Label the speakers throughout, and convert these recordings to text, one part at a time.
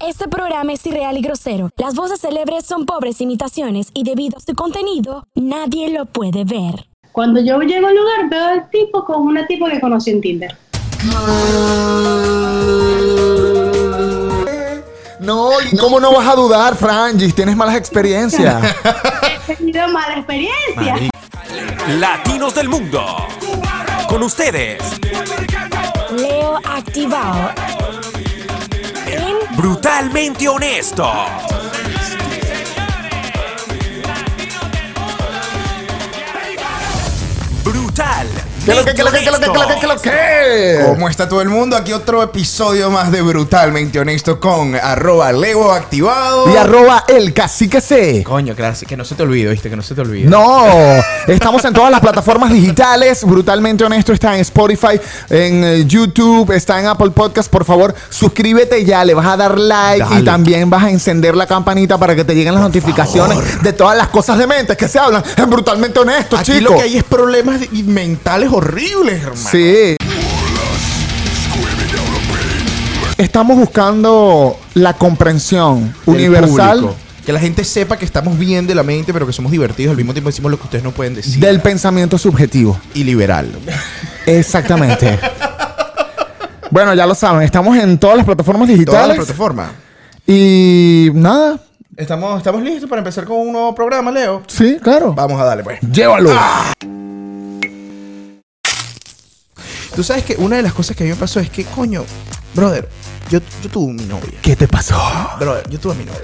Speaker 1: Este programa es irreal y grosero. Las voces célebres son pobres imitaciones y debido a su contenido, nadie lo puede ver.
Speaker 2: Cuando yo llego al lugar, veo al tipo con una tipo que conocí en Tinder.
Speaker 3: No, ¿y ¿cómo no vas a dudar, Frangis? Tienes malas experiencias.
Speaker 2: He tenido mala experiencia.
Speaker 4: Latinos del Mundo. Con ustedes,
Speaker 1: Leo activado. En
Speaker 4: brutalmente honesto. Brutal.
Speaker 3: ¿Qué es lo que, qué es lo que, qué es lo que, qué es lo que, qué es lo que?
Speaker 5: ¿Cómo está todo el mundo? Aquí otro episodio más de Brutalmente Honesto con arroba Leo activado.
Speaker 3: Y arroba el cacique C.
Speaker 6: Coño, gracias. Que no se te olvide, ¿viste? Que no se te olvide.
Speaker 3: No, estamos en todas las plataformas digitales. Brutalmente honesto está en Spotify, en eh, YouTube, está en Apple Podcast. Por favor, suscríbete ya, le vas a dar like y
Speaker 6: Dale.
Speaker 3: también vas a encender la campanita para que te lleguen las notificaciones de todas las cosas de mente que se hablan en Brutalmente Honesto,
Speaker 5: Aquí
Speaker 3: chicos.
Speaker 5: lo que hay es problemas de- y mentales horribles, hermano.
Speaker 3: Sí. Estamos buscando la comprensión
Speaker 5: Del
Speaker 3: universal
Speaker 5: público. Que la gente sepa que estamos bien de la mente, pero que somos divertidos. Al mismo tiempo decimos lo que ustedes no pueden decir.
Speaker 3: del pensamiento subjetivo.
Speaker 5: y liberal.
Speaker 3: Exactamente. bueno, ya lo saben, estamos en todas las plataformas digitales.
Speaker 5: Toda la plataforma.
Speaker 3: Y nada,
Speaker 5: ¿Estamos, ¿Estamos listos para empezar con un nuevo programa, Leo?
Speaker 3: sí, claro.
Speaker 5: Vamos a darle, pues.
Speaker 3: Llévalo.
Speaker 5: Tú sabes que una de las cosas que a mí me pasó es que, coño, brother, yo, yo tuve mi novia.
Speaker 3: ¿Qué te pasó?
Speaker 5: Brother, yo tuve a mi novia.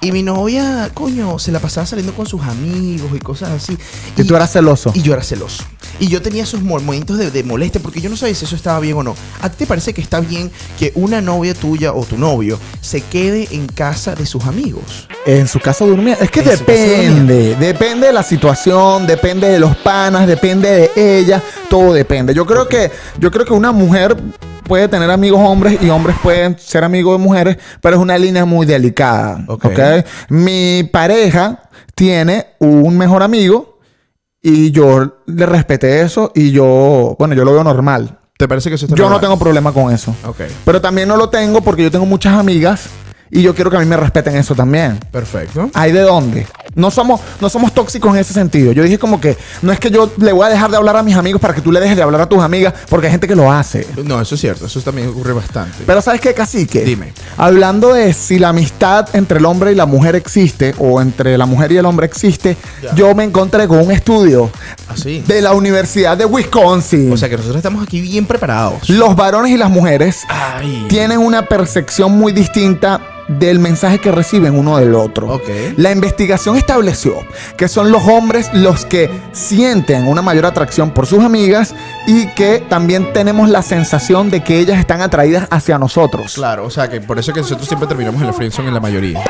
Speaker 5: Y mi novia, coño, se la pasaba saliendo con sus amigos y cosas así.
Speaker 3: Que tú eras celoso.
Speaker 5: Y yo era celoso. Y yo tenía esos mo- momentos de, de molestia porque yo no sabía si eso estaba bien o no. ¿A ti te parece que está bien que una novia tuya o tu novio se quede en casa de sus amigos?
Speaker 3: En su casa durmiendo. Es que
Speaker 5: En su casa
Speaker 3: depende. Depende de la situación, depende de los panas, depende de ella. Todo depende. Yo creo que, yo creo que una mujer puede tener amigos hombres y hombres pueden ser amigos de mujeres, pero es una línea muy delicada.
Speaker 5: Ok.
Speaker 3: ¿ok? Mi pareja tiene un mejor amigo y yo le respeté eso y yo, bueno, yo lo veo normal.
Speaker 5: ¿Te parece que eso
Speaker 3: Yo no tengo problema con eso.
Speaker 5: Ok.
Speaker 3: Pero también no lo tengo porque yo tengo muchas amigas y yo quiero que a mí me respeten eso también.
Speaker 5: Perfecto.
Speaker 3: ¿Hay de dónde? No somos, no somos tóxicos en ese sentido. Yo dije como que no es que yo le voy a dejar de hablar a mis amigos para que tú le dejes de hablar a tus amigas, porque hay gente que lo hace.
Speaker 5: No, eso es cierto. Eso también ocurre bastante.
Speaker 3: Pero ¿sabes qué, cacique?
Speaker 5: Dime.
Speaker 3: Hablando de si la amistad entre el hombre y la mujer existe, o entre la mujer y el hombre existe,
Speaker 5: Ya.
Speaker 3: yo me encontré con un estudio
Speaker 5: Así.
Speaker 3: de la Universidad de Wisconsin.
Speaker 5: o sea que nosotros estamos aquí bien preparados.
Speaker 3: los varones y las mujeres
Speaker 5: Ay.
Speaker 3: tienen una percepción muy distinta del mensaje que reciben uno del otro.
Speaker 5: Ok.
Speaker 3: La investigación estableció que son los hombres los que sienten una mayor atracción por sus amigas y que también tenemos la sensación de que ellas están atraídas hacia nosotros.
Speaker 5: Claro, o sea que por eso que nosotros siempre terminamos en la friendzone en la mayoría.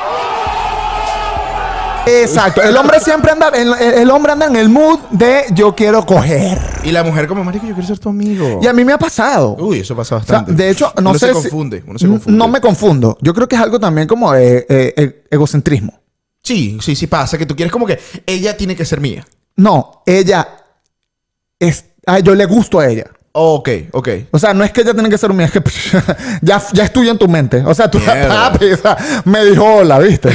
Speaker 3: Exacto. El hombre siempre anda, el, el hombre anda en el mood de yo quiero coger.
Speaker 5: Y la mujer como, marico, yo quiero ser tu amigo.
Speaker 3: Y a mí me ha pasado.
Speaker 5: Oh. Uy, eso pasa
Speaker 3: O sea,
Speaker 5: bastante.
Speaker 3: de hecho, no
Speaker 5: Uno
Speaker 3: sé
Speaker 5: se
Speaker 3: si-
Speaker 5: confunde, uno se confunde.
Speaker 3: No me confundo. Yo creo que es algo también como de, eh, eh, egocentrismo.
Speaker 5: Sí, sí, sí pasa que tú quieres como que ella tiene que ser mía.
Speaker 3: No, ella es. ah, yo le gusto a ella.
Speaker 5: Ok, ok.
Speaker 3: O sea, no es que ella tiene que ser mía, es que pues, ya, ya es tuya en tu mente. O sea, tú,
Speaker 5: Mierda.
Speaker 3: papi, o sea, me dijo hola, ¿viste?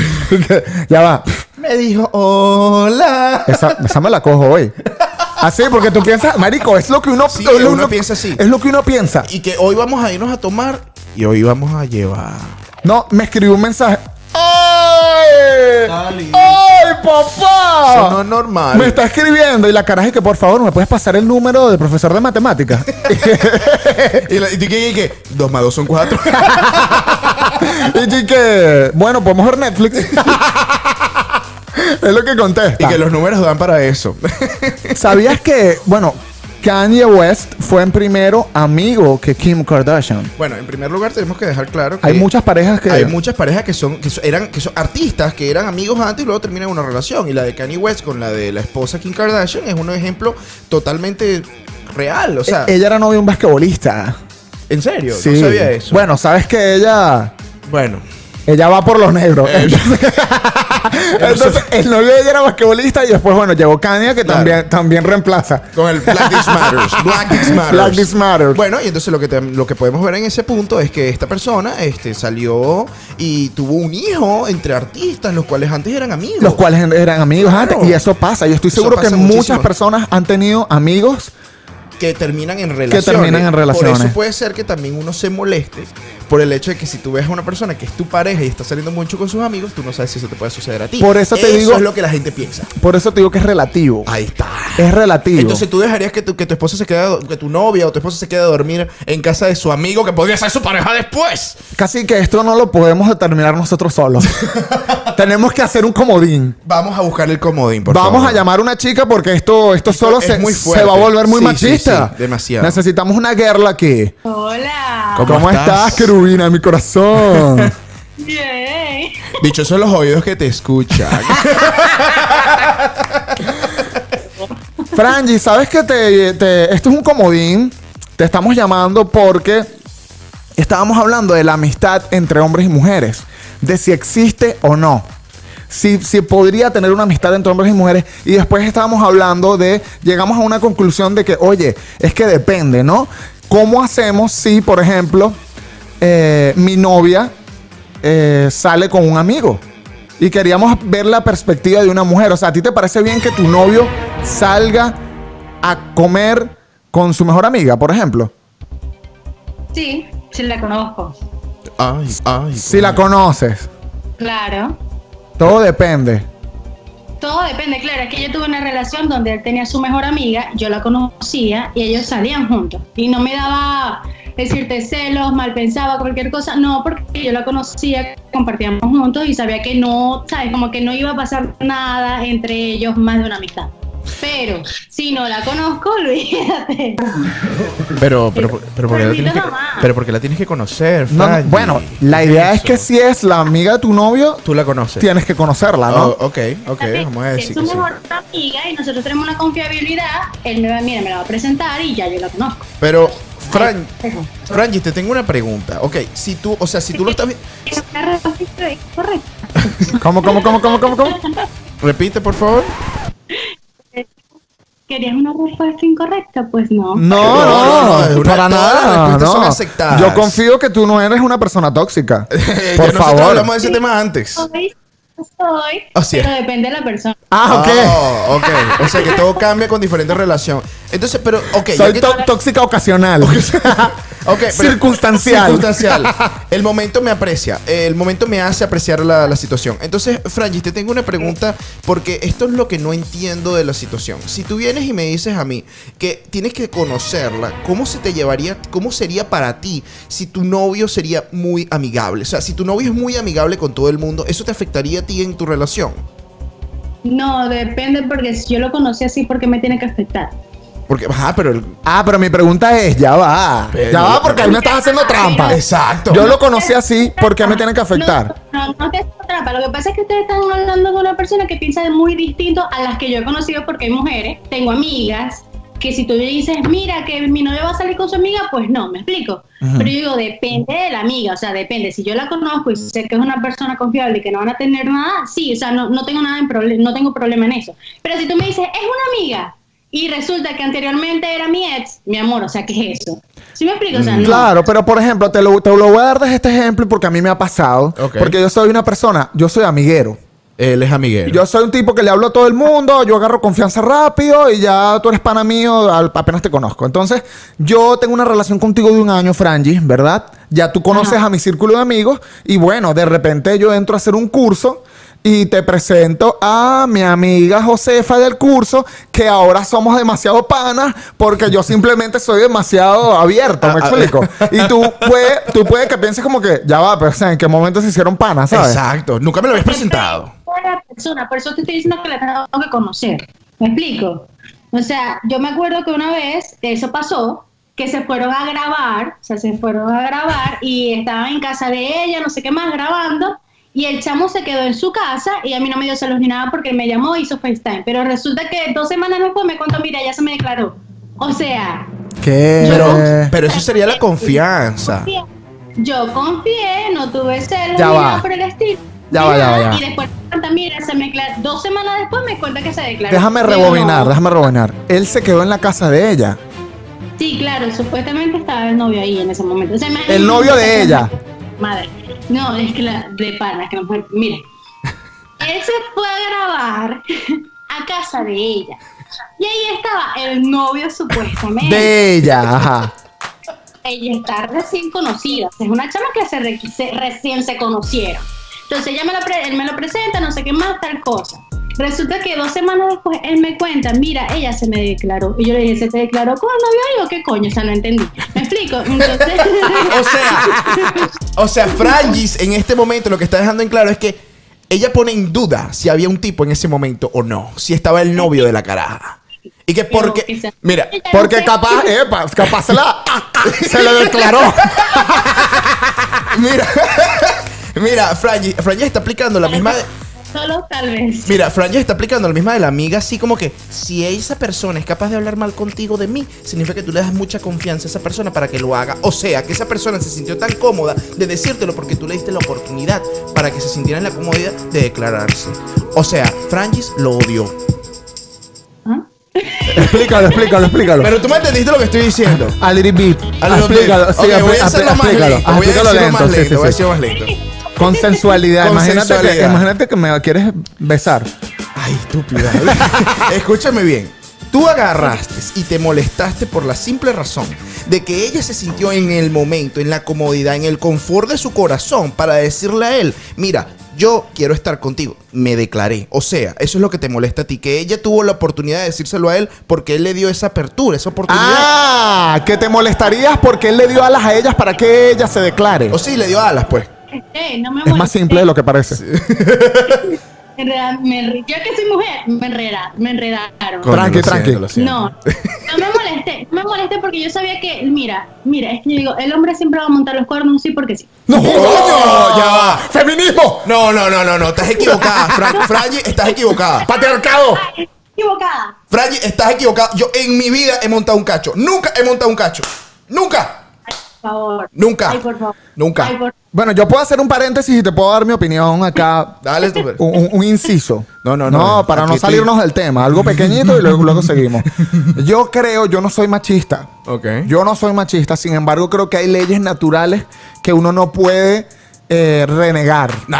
Speaker 3: ya va.
Speaker 5: Me dijo, hola.
Speaker 3: Esa, esa me la cojo hoy. Así, porque tú piensas, marico, es lo que uno,
Speaker 5: Sí,
Speaker 3: es lo
Speaker 5: uno piensa así.
Speaker 3: Es lo que uno piensa.
Speaker 5: Y que hoy vamos a irnos a tomar y hoy vamos a llevar.
Speaker 3: No, me escribió un mensaje. ¡Ay!
Speaker 5: Dale.
Speaker 3: ¡Ay,
Speaker 5: Eso Ah, no
Speaker 3: papá!
Speaker 5: es normal.
Speaker 3: Me está escribiendo y la caraja es que por favor me puedes pasar el número del profesor de matemáticas.
Speaker 5: Y, la- y tú que, y que, dos más dos son cuatro.
Speaker 3: Y yo que, bueno, podemos ver Netflix. es lo que
Speaker 5: y
Speaker 3: contesta.
Speaker 5: que los números dan para eso.
Speaker 3: ¿Sabías que, bueno, Kanye West fue en primero amigo que Kim Kardashian?
Speaker 5: bueno, en primer lugar tenemos que dejar claro que
Speaker 3: Hay muchas parejas que...
Speaker 5: Hay muchas parejas que son, que so- eran, que son artistas, que eran amigos antes y luego terminan una relación. Y la de Kanye West con la de la esposa Kim Kardashian es un ejemplo totalmente real. O sea,
Speaker 3: E- ella era novia de un basquetbolista.
Speaker 5: en serio,
Speaker 3: Sí.
Speaker 5: no sabía eso.
Speaker 3: Bueno, sabes que ella...
Speaker 5: bueno.
Speaker 3: Ella va por los negros.
Speaker 5: Eh,
Speaker 3: Entonces, el novio de ella era basquetbolista y después, bueno, llegó Kanye, que
Speaker 5: Claro.
Speaker 3: también, también reemplaza.
Speaker 5: Con el Black Lives Matters. Black Lives Matters.
Speaker 3: Black Lives Matter.
Speaker 5: Bueno, y entonces lo que, te- lo que podemos ver en ese punto es que esta persona este, salió y tuvo un hijo entre artistas, los cuales antes eran amigos.
Speaker 3: Los cuales en- eran amigos
Speaker 5: Claro.
Speaker 3: antes. Y eso pasa. Yo estoy
Speaker 5: Eso
Speaker 3: seguro que
Speaker 5: pasa
Speaker 3: muchas
Speaker 5: muchísimo.
Speaker 3: personas han tenido amigos.
Speaker 5: que terminan en relaciones.
Speaker 3: terminan en relaciones.
Speaker 5: Por eso puede ser que también uno se moleste por el hecho de que si tú ves a una persona que es tu pareja y está saliendo mucho con sus amigos, tú no sabes si eso te puede suceder a ti.
Speaker 3: Por eso te digo-
Speaker 5: es lo que la gente piensa.
Speaker 3: Por eso te digo que es relativo.
Speaker 5: Ahí está.
Speaker 3: Es relativo.
Speaker 5: Ah. Entonces tú dejarías que tu, que tu esposa se quede, a- que tu novia o tu esposa se quede a dormir en casa de su amigo que podría ser su pareja después.
Speaker 3: Casi que esto no lo podemos determinar nosotros solos. Tenemos que hacer un comodín.
Speaker 5: Vamos a buscar el comodín, por
Speaker 3: Vamos
Speaker 5: favor.
Speaker 3: a llamar a una chica porque esto, esto
Speaker 5: Esto
Speaker 3: solo
Speaker 5: es
Speaker 3: se,
Speaker 5: muy
Speaker 3: se
Speaker 5: fuerte.
Speaker 3: va a volver muy
Speaker 5: Sí, sí,
Speaker 3: machista.
Speaker 5: sí, demasiado.
Speaker 3: Necesitamos una guerra aquí.
Speaker 2: Hola.
Speaker 5: ¿Cómo
Speaker 3: ¿Cómo, estás,
Speaker 5: estás?
Speaker 3: querubina, mi corazón?
Speaker 2: Bien.
Speaker 5: Dicho eso, los oídos que te escuchan.
Speaker 3: Franji, sabes que te, te- esto es un comodín. Te estamos llamando porque estábamos hablando de la amistad entre hombres y mujeres, de si existe o no. Si, si podría tener una amistad entre hombres y mujeres. Y después estábamos hablando de, llegamos a una conclusión de que, oye, es que depende, ¿no? ¿Cómo hacemos si, por ejemplo, eh, mi novia eh, sale con un amigo. Y queríamos ver la perspectiva de una mujer. O sea, ¿a ti te parece bien que tu novio salga a comer con su mejor amiga, por ejemplo?
Speaker 2: Sí, sí la conozco.
Speaker 5: ay, ay.
Speaker 3: Si la conoces.
Speaker 2: Claro.
Speaker 3: Todo depende.
Speaker 2: Todo depende, claro, es que yo tuve una relación donde él tenía a su mejor amiga, yo la conocía y ellos salían juntos. Y no me daba decirte celos, mal pensaba, cualquier cosa, no, porque yo la conocía, compartíamos juntos y sabía que no, sabes, como que no iba a pasar nada entre ellos más de una amistad. Pero si no la conozco, olvídate.
Speaker 5: Pero, pero, pero, porque
Speaker 2: Pero
Speaker 5: la tienes que,
Speaker 2: mira nomás.
Speaker 5: pero porque la tienes que conocer,
Speaker 3: No,
Speaker 5: Franji.
Speaker 3: bueno, la idea es que
Speaker 5: Eso.
Speaker 3: si es la amiga de tu novio,
Speaker 5: Tú la conoces.
Speaker 3: tienes que conocerla, Ah, ¿no?
Speaker 5: Oh, ok, ok, vamos a
Speaker 2: es
Speaker 5: decir
Speaker 2: su
Speaker 5: que sí.
Speaker 2: mejor amiga y nosotros tenemos una confiabilidad, él me va, mira, me la va a presentar y ya yo la conozco.
Speaker 5: Pero, Fran,
Speaker 2: Pero-
Speaker 5: Franji, te tengo una pregunta. Ok, si tú, o sea, si tú lo estás vi-
Speaker 2: Es una relación correcta.
Speaker 3: ¿Cómo, cómo, cómo, cómo, cómo, cómo?
Speaker 5: Repite, por favor.
Speaker 2: ¿Querías una respuesta incorrecta? Pues no.
Speaker 3: No,
Speaker 5: No, no,
Speaker 3: no,
Speaker 5: es una-
Speaker 3: para
Speaker 5: todas las
Speaker 3: nada.
Speaker 5: respuestas son
Speaker 3: no.
Speaker 5: aceptadas.
Speaker 3: Yo confío que tú no eres una persona tóxica.
Speaker 5: Ya
Speaker 3: Por
Speaker 5: nosotros
Speaker 3: favor.
Speaker 5: hablamos de ese tema antes.
Speaker 2: Soy, soy,
Speaker 5: Así es.
Speaker 2: pero depende de la persona.
Speaker 3: Ah, ok.
Speaker 5: Ah, ok. O sea, que todo cambia con diferente relación. Entonces, pero, ok. ya
Speaker 3: Soy
Speaker 5: que-
Speaker 3: tó- tóxica ocasional.
Speaker 5: Ok, pero-
Speaker 3: Circunstancial.
Speaker 5: Circunstancial. El momento me aprecia. El momento me hace apreciar la, la situación. Entonces, Franji, te tengo una pregunta porque esto es lo que no entiendo de la situación. Si tú vienes y me dices a mí que tienes que conocerla, ¿cómo se te llevaría, cómo sería para ti si tu novio sería muy amigable? O sea, si tu novio es muy amigable con todo el mundo, ¿eso te afectaría a ti en tu relación?
Speaker 2: No, depende porque si yo lo conocí así, ¿por qué me tiene que afectar?
Speaker 5: Porque, ajá, pero el...
Speaker 3: Ah, pero mi pregunta es, ya va.
Speaker 5: Pero-
Speaker 3: ya va porque ahí me estás haciendo trampa.
Speaker 5: Exacto.
Speaker 3: Yo lo conocí así porque me tiene que afectar.
Speaker 2: No, no, no te hago trampa. Lo que pasa es que ustedes están hablando con una persona que piensa de muy distinto a las que yo he conocido porque hay mujeres, tengo amigas, que si tú le dices, mira, que mi novio va a salir con su amiga, pues no, me explico. Pero yo digo, depende de la amiga, o sea, depende. Si yo la conozco y sé que es una persona confiable y que no van a tener nada, sí, o sea, no, no tengo nada en proble- no tengo problema en eso. Pero si tú me dices, es una amiga, y resulta que anteriormente era mi ex, mi amor, o sea, ¿qué es eso? ¿Sí me explico? O sea, no.
Speaker 3: Claro, pero por ejemplo, te lo, te lo voy a dar desde este ejemplo porque a mí me ha pasado.
Speaker 5: Ok.
Speaker 3: Porque yo soy una persona, yo soy amiguero.
Speaker 5: Él es amiguero.
Speaker 3: Yo soy un tipo que le hablo a todo el mundo, yo agarro confianza rápido y ya tú eres pana mío, al- apenas te conozco. Entonces, yo tengo una relación contigo de un año, Franji, ¿verdad? Ya tú conoces a mi círculo de amigos y bueno, de repente yo entro a hacer un curso y te presento a mi amiga Josefa del curso, que ahora somos demasiado panas porque yo simplemente soy demasiado abierto, ¿me explico? Y tú puedes, tú puedes que pienses como que, ya va, pero o sea, ¿en qué momento se hicieron panas, sabes?
Speaker 5: Exacto. Nunca me lo habías presentado.
Speaker 2: Toda la persona, por eso te estoy diciendo que la tengo que conocer. ¿Me explico? O sea, yo me acuerdo que una vez eso pasó, que se fueron a grabar, o sea, se fueron a grabar y estaban en casa de ella, no sé qué más, grabando. Y el chamo se quedó en su casa y a mí no me dio celos ni nada porque me llamó y hizo FaceTime. Pero resulta que dos semanas después me contó, mira, ya se me declaró. O sea,
Speaker 3: ¿Qué?
Speaker 5: Pero, pero eso sería la confianza.
Speaker 2: confié. yo confié, no tuve celos
Speaker 3: Ya
Speaker 2: ni
Speaker 3: va.
Speaker 2: nada por el estilo.
Speaker 3: Ya
Speaker 2: Ni
Speaker 3: va, ya va,
Speaker 2: nada,
Speaker 3: ya va.
Speaker 2: Y después cuenta, mira, se me cla- dos semanas después me cuenta que se declaró.
Speaker 3: Déjame
Speaker 2: Digo,
Speaker 3: rebobinar,
Speaker 2: no.
Speaker 3: déjame rebobinar. Él se quedó en la casa de ella.
Speaker 2: Sí, claro, supuestamente estaba el novio ahí en ese momento. O sea, imagínate-
Speaker 3: El novio de ella.
Speaker 2: Madre. No, es que la de pana, es que la mujer. Mire. Él se fue a grabar a casa de ella. Y ahí estaba el novio, supuestamente.
Speaker 3: De ella, ajá.
Speaker 2: Ella está recién conocida. o sea, es una chama que se, re- se- recién se conocieron. Entonces ella me lo, pre- él me lo presenta, no sé qué más, tal cosa. Resulta que dos semanas después él me cuenta, mira, ella se me declaró. Y yo le dije, ¿se te declaró con el novio ahí o qué coño? O sea, no entendí. ¿Me explico? Entonces...
Speaker 5: O sea, o sea, Frangis en este momento lo que está dejando en claro es que ella pone en duda si había un tipo en ese momento o no, si estaba el novio de la caraja. Y que
Speaker 2: Pero
Speaker 5: porque,
Speaker 2: que sea-
Speaker 5: mira,
Speaker 2: Ella no
Speaker 3: Porque
Speaker 2: sé.
Speaker 3: capaz, epa, capaz se la, se le declaró.
Speaker 5: mira, mira, Frangis, Frangis está aplicando la misma.
Speaker 2: Solo tal vez.
Speaker 5: Mira, Frangis está aplicando la misma de la amiga, así como que si esa persona es capaz de hablar mal contigo de mí, significa que tú le das mucha confianza a esa persona para que lo haga. O sea, que esa persona se sintió tan cómoda de decírtelo porque tú le diste la oportunidad para que se sintiera en la comodidad de declararse. O sea, Frangis lo odió.
Speaker 2: ¿Ah?
Speaker 3: explícalo, explícalo, explícalo.
Speaker 5: Pero tú me entendiste lo que estoy diciendo.
Speaker 3: A little bit.
Speaker 5: A little bit.
Speaker 3: Ah, Explícalo, sí,
Speaker 5: Ok,
Speaker 3: expl-
Speaker 5: voy a
Speaker 3: expl-
Speaker 5: hacerlo más
Speaker 3: explícalo.
Speaker 5: lento. Voy a
Speaker 3: Explícalo
Speaker 5: decirlo más
Speaker 3: lento, sí,
Speaker 5: lento. Voy a
Speaker 3: sí, sí.
Speaker 5: decirlo más lento.
Speaker 3: Con sensualidad. Imagínate que,
Speaker 5: Consensualidad.
Speaker 3: imagínate que me quieres besar.
Speaker 5: Ay, estúpida. Escúchame bien. Tú agarraste y te molestaste por la simple razón de que ella se sintió en el momento, en la comodidad, en el confort de su corazón para decirle a él, mira, yo quiero estar contigo. Me declaré. O sea, eso es lo que te molesta a ti, que ella tuvo la oportunidad de decírselo a él porque él le dio esa apertura, esa oportunidad.
Speaker 3: Ah, que te molestarías porque él le dio alas a ellas para que ella se declare.
Speaker 5: O sí, le dio alas, pues.
Speaker 2: Eh, no me
Speaker 3: es más
Speaker 2: molesté.
Speaker 3: simple de lo que parece.
Speaker 2: En realidad, me enre- yo que soy mujer, me, enreda- me enredaron.
Speaker 3: Coño, Tranqui, tranqui.
Speaker 2: No, no me molesté, no me molesté porque yo sabía que, mira, mira, es que yo digo, el hombre siempre va a montar los cuernos, sí porque sí.
Speaker 3: ¡No!
Speaker 5: ¡Coño! ¡Ya va!
Speaker 3: ¡Feminismo!
Speaker 5: No, no, no, no, no. Estás equivocada, Fran- Franji, estás equivocada.
Speaker 3: ¡Patriarcado!
Speaker 2: Ay, equivocada.
Speaker 5: Franji, estás equivocado. Yo en mi vida he montado un cacho. Nunca he montado un cacho. Nunca.
Speaker 2: Ay, por favor.
Speaker 5: Nunca.
Speaker 2: Ay, por favor.
Speaker 5: Nunca.
Speaker 2: Ay, por-
Speaker 3: Bueno, yo puedo hacer un paréntesis y te puedo dar mi opinión acá.
Speaker 5: Dale tú. pues.
Speaker 3: Un, un- un inciso.
Speaker 5: No, no, no.
Speaker 3: No, para
Speaker 5: Aquí
Speaker 3: no
Speaker 5: estoy.
Speaker 3: salirnos del tema. Algo pequeñito y luego, luego seguimos. Yo creo, yo no soy machista.
Speaker 5: Ok.
Speaker 3: Yo no soy machista. Sin embargo, creo que hay leyes naturales que uno no puede eh, renegar. ¿no?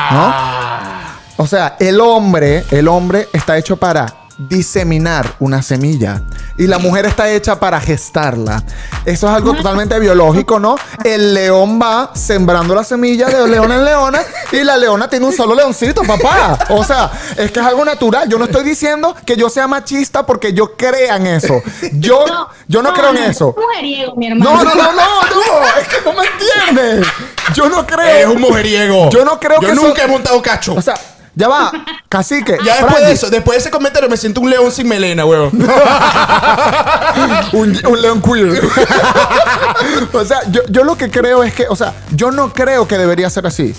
Speaker 3: O sea, el hombre, el hombre está hecho para diseminar una semilla y la mujer está hecha para gestarla. Eso es algo totalmente biológico, ¿no? El león va sembrando la semilla de león en leona y la leona tiene un solo leoncito, papá. O sea, es que es algo natural. Yo no estoy diciendo que yo sea machista porque yo crea en eso. Yo yo no creo en eso.
Speaker 2: soy Mujeriego, mi hermano.
Speaker 3: No, no, no, no, no, es que no me entiendes. Yo no creo.
Speaker 5: Eres un mujeriego.
Speaker 3: Yo no creo
Speaker 5: Yo
Speaker 3: que eso-
Speaker 5: nunca he montado cacho.
Speaker 3: O sea, ya va, cacique.
Speaker 5: ya después
Speaker 3: Frankie,
Speaker 5: de eso, después de ese comentario me siento un león sin melena, weón.
Speaker 3: un, un león queer. o sea, yo, yo lo que creo es que, o sea, yo no creo que debería ser así.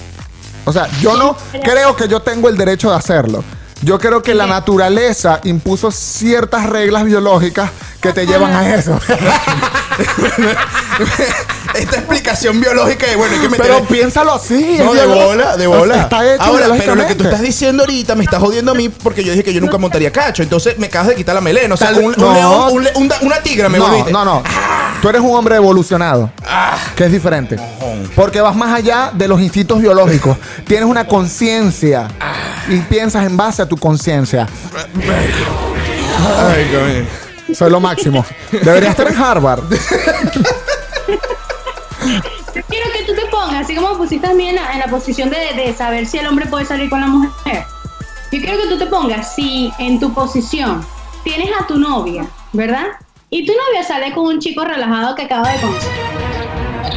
Speaker 3: O sea, yo no creo que yo tengo el derecho de hacerlo. Yo creo que la naturaleza impuso ciertas reglas biológicas que te llevan a eso.
Speaker 5: Esta explicación biológica de bueno, hay que meter
Speaker 3: Pero piénsalo así.
Speaker 5: No,
Speaker 3: es
Speaker 5: de
Speaker 3: biolo-
Speaker 5: bola, de
Speaker 3: o sea,
Speaker 5: bola.
Speaker 3: Está hecho
Speaker 5: Ahora, pero lo que tú
Speaker 3: biológicamente.
Speaker 5: estás diciendo ahorita me está jodiendo a mí porque yo dije que yo nunca montaría cacho. Entonces me acabas de quitar la melena. O sea,
Speaker 3: Tal-
Speaker 5: un, un
Speaker 3: no.
Speaker 5: león, un le- un da- una tigra me
Speaker 3: no,
Speaker 5: volviste. Ah.
Speaker 3: no, no. Tú eres un hombre evolucionado. Que es diferente. Porque vas más allá de los instintos biológicos. Tienes una conciencia.
Speaker 5: Ah.
Speaker 3: Y piensas en base a tu conciencia.
Speaker 5: Ay, coño.
Speaker 3: Soy lo máximo. Debería estar en Harvard.
Speaker 2: Yo quiero que tú te pongas, así como pusiste a mí en la, en la posición de, de saber si el hombre puede salir con la mujer. Yo quiero que tú te pongas, si en tu posición tienes a tu novia, ¿verdad? Y tu novia sale con un chico relajado que acaba de conocer.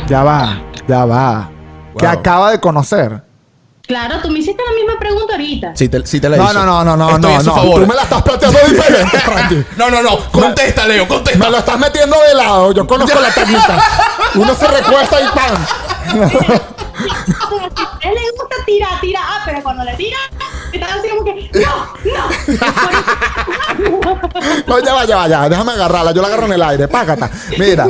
Speaker 3: Ya va, ya va. Que
Speaker 5: Wow.
Speaker 3: acaba de conocer.
Speaker 2: Claro, tú me hiciste la misma pregunta ahorita.
Speaker 5: Sí te, sí te la
Speaker 3: No,
Speaker 5: hizo.
Speaker 3: no, no, no, no,
Speaker 5: Estoy
Speaker 3: no,
Speaker 5: a su
Speaker 3: no.
Speaker 5: favor.
Speaker 3: Tú me la estás planteando diferente, Frankie.
Speaker 5: No, no, no. Contesta, Leo, contesta.
Speaker 3: Me lo estás metiendo de lado. Yo conozco la técnica. Uno se recuesta y pan.
Speaker 2: A él le gusta tirar, tirar, ah, pero cuando le tira, están así como que, no, no.
Speaker 3: No, ya va, ya va, ya. Déjame agarrarla. Yo la agarro en el aire. Págata. Mira.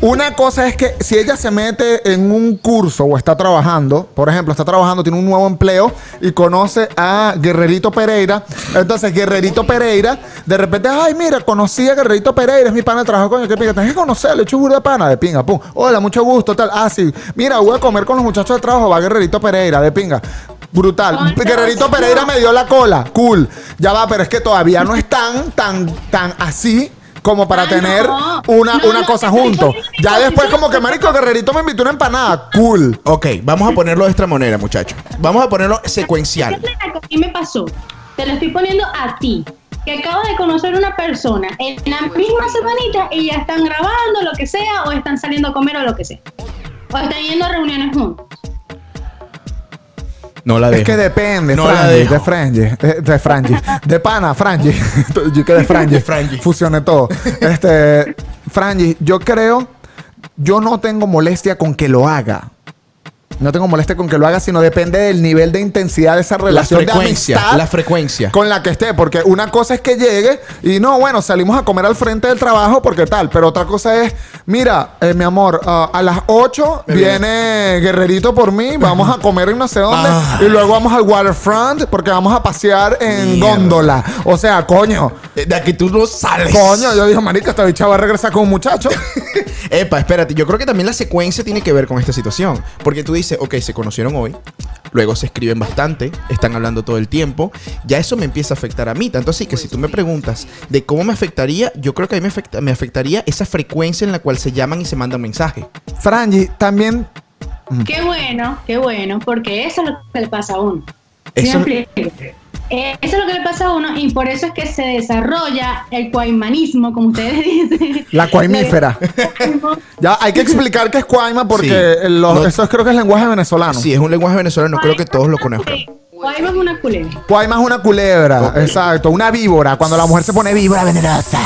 Speaker 3: Una cosa es que si ella se mete en un curso o está trabajando, por ejemplo, está trabajando, tiene un nuevo empleo y conoce a Guerrerito Pereira. Entonces, Guerrerito Pereira, de repente, ay, mira, conocí a Guerrerito Pereira, es mi pana de trabajo con el que pinga. Tienes que conocerlo, he hecho burda de pana, de pinga, pum. Hola, mucho gusto, tal. Ah, sí, mira, voy a comer con los muchachos de trabajo, va Guerrerito Pereira, de pinga. Brutal.
Speaker 2: Ay, no,
Speaker 3: Guerrerito
Speaker 2: no.
Speaker 3: Pereira me dio la cola. Cool. Ya va, pero es que todavía no es tan, tan, tan así como para
Speaker 2: Ah,
Speaker 3: tener
Speaker 2: no.
Speaker 3: una,
Speaker 2: No,
Speaker 3: una
Speaker 2: no,
Speaker 3: cosa
Speaker 2: te estoy
Speaker 3: junto.
Speaker 2: diciendo
Speaker 3: Ya
Speaker 2: que
Speaker 3: después
Speaker 2: yo-
Speaker 3: como que Marico Guerrerito me invitó una empanada. Cool.
Speaker 5: Ok, vamos a ponerlo de esta manera, muchachos. Vamos a ponerlo secuencial.
Speaker 2: Fíjate la que a mí me pasó. Te lo estoy poniendo a ti. Que acabo de conocer una persona en la misma semanita y ya están grabando lo que sea, o están saliendo a comer o lo que sea. O están yendo a reuniones juntos.
Speaker 6: No la
Speaker 3: Es que depende,
Speaker 5: No la
Speaker 3: Franji,
Speaker 5: dejo.
Speaker 3: de Franji, de, de Franji, de pana, Franji, yo que de Franji,
Speaker 5: De Franji.
Speaker 3: fusioné todo. Este, Franji, yo creo, yo no tengo molestia con que lo haga. No tengo molestia con que lo haga, sino depende del nivel de intensidad de esa
Speaker 5: La
Speaker 3: relación de
Speaker 5: frecuencia.
Speaker 3: amistad.
Speaker 5: La frecuencia.
Speaker 3: con la que esté, porque una cosa es que llegue y no, bueno, salimos a comer al frente del trabajo porque tal, pero otra cosa es, mira, eh, mi amor, ah, a las 8
Speaker 5: Me
Speaker 3: viene Guerrerito por mí, vamos a comer en no sé dónde
Speaker 5: Ah.
Speaker 3: y luego vamos al waterfront porque vamos a pasear en
Speaker 5: Mierda.
Speaker 3: góndola. O sea, coño,
Speaker 5: De de aquí tú no sales.
Speaker 3: coño, yo dije, marica, esta bicha va a regresar con un muchacho.
Speaker 5: Epa, espérate, yo creo que también la secuencia tiene que ver con esta situación. Porque tú dices, ok, se conocieron hoy, luego se escriben bastante, están hablando todo el tiempo, ya eso me empieza a afectar a mí. Tanto así que si tú me preguntas de cómo me afectaría, yo creo que a mí me, afecta- me afectaría esa frecuencia en la cual se llaman y se mandan mensajes.
Speaker 3: Franji, también Mm.
Speaker 2: Qué bueno, qué bueno, porque eso es lo que le pasa a uno.
Speaker 5: Eso-
Speaker 2: Siempre. Eh, eso es lo que le pasa a uno y por eso es que se desarrolla el cuaimanismo, como ustedes dicen.
Speaker 3: la cuaimífera. ya, hay que explicar qué es cuaima porque
Speaker 5: Sí.
Speaker 3: los-
Speaker 5: No-
Speaker 3: eso creo que es lenguaje venezolano.
Speaker 5: Sí, es un lenguaje venezolano, creo que todos lo conozcan.
Speaker 2: conozcan. Cuaima es una culebra.
Speaker 3: Cuaima es una culebra, exacto, una víbora, cuando la mujer se pone víbora venenosa.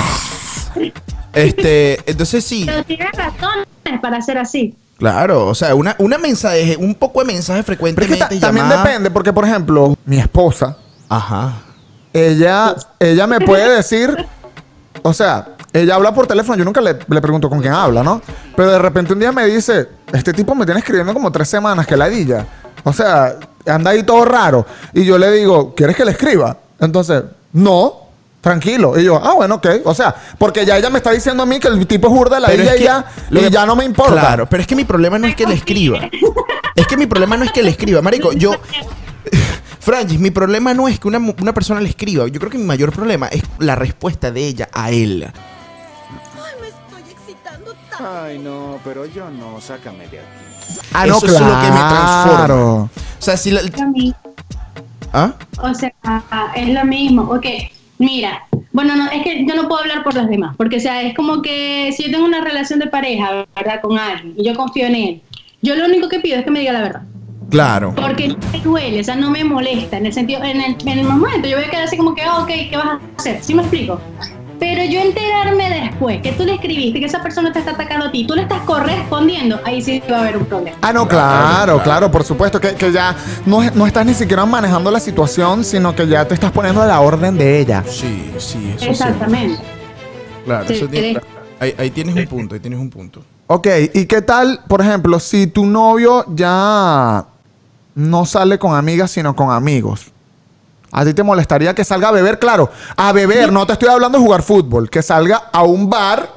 Speaker 5: Este, entonces sí,
Speaker 2: Pero tiene razones para ser así.
Speaker 5: claro, o sea, una, una mensaje, un poco de mensaje
Speaker 3: Pero es que
Speaker 5: frecuentemente
Speaker 3: ta- también
Speaker 5: llamada-
Speaker 3: depende, porque por ejemplo, mi esposa,
Speaker 5: Ajá.
Speaker 3: ella, ella me puede decir, o sea, ella habla por teléfono, yo nunca le, le pregunto con quién habla, ¿no? Pero de repente un día me dice, este tipo me tiene escribiendo como tres semanas, que ladilla. O sea, anda ahí todo raro. Y yo le digo, ¿quieres que le escriba? Entonces, no. Tranquilo. Y yo, ah, bueno, ok. O sea, porque ya ella me está diciendo a mí que el tipo es burda de la
Speaker 5: Pero
Speaker 3: y
Speaker 5: es que-
Speaker 3: ya,
Speaker 5: lo
Speaker 3: y
Speaker 5: que-
Speaker 3: ya no me importa.
Speaker 5: Claro, pero es que mi problema no es que le escriba. Es que mi problema no es que le escriba, marico. Yo, Frangis, mi problema no es que una, mu- una persona le escriba. Yo creo que mi mayor problema es la respuesta de ella a él.
Speaker 7: Ay, no, pero yo no, sácame de aquí.
Speaker 3: Ah,
Speaker 5: Eso
Speaker 3: no,
Speaker 5: es lo que me transforma.
Speaker 3: claro.
Speaker 5: O sea, si la...
Speaker 2: Lo mismo,
Speaker 5: ¿Ah?
Speaker 2: O sea, es lo mismo. Ok, mira. Bueno, no, es que yo no puedo hablar por las demás, porque o sea, es como que si yo tengo una relación de pareja, ¿verdad? Con alguien, y yo confío en él, yo lo único que pido es que me diga la verdad.
Speaker 5: Claro.
Speaker 2: Porque no me duele, o sea, no me molesta, en el sentido, en el, en el momento yo voy a quedar así como que, ah, ok, ¿qué vas a hacer? ¿Sí me explico? Pero yo enterarme después que tú le escribiste, que esa persona te está atacando a ti, tú le estás correspondiendo, ahí sí va a haber un problema.
Speaker 3: Ah, no, claro, claro, por supuesto, que, que ya no, es- no estás ni siquiera manejando la situación, sino que ya te estás poniendo a la orden de ella.
Speaker 5: Sí, sí, eso sí.
Speaker 2: Exactamente.
Speaker 5: Claro,
Speaker 2: Sí,
Speaker 5: eso tiene-
Speaker 2: sí.
Speaker 5: ahí, ahí tienes un punto, ahí tienes un punto.
Speaker 3: Ok, ¿y qué tal, por ejemplo, si tu novio ya no sale con amigas, sino con amigos? ¿A ti te molestaría que salga a beber? Claro, a beber, no te estoy hablando de jugar fútbol, que salga a un bar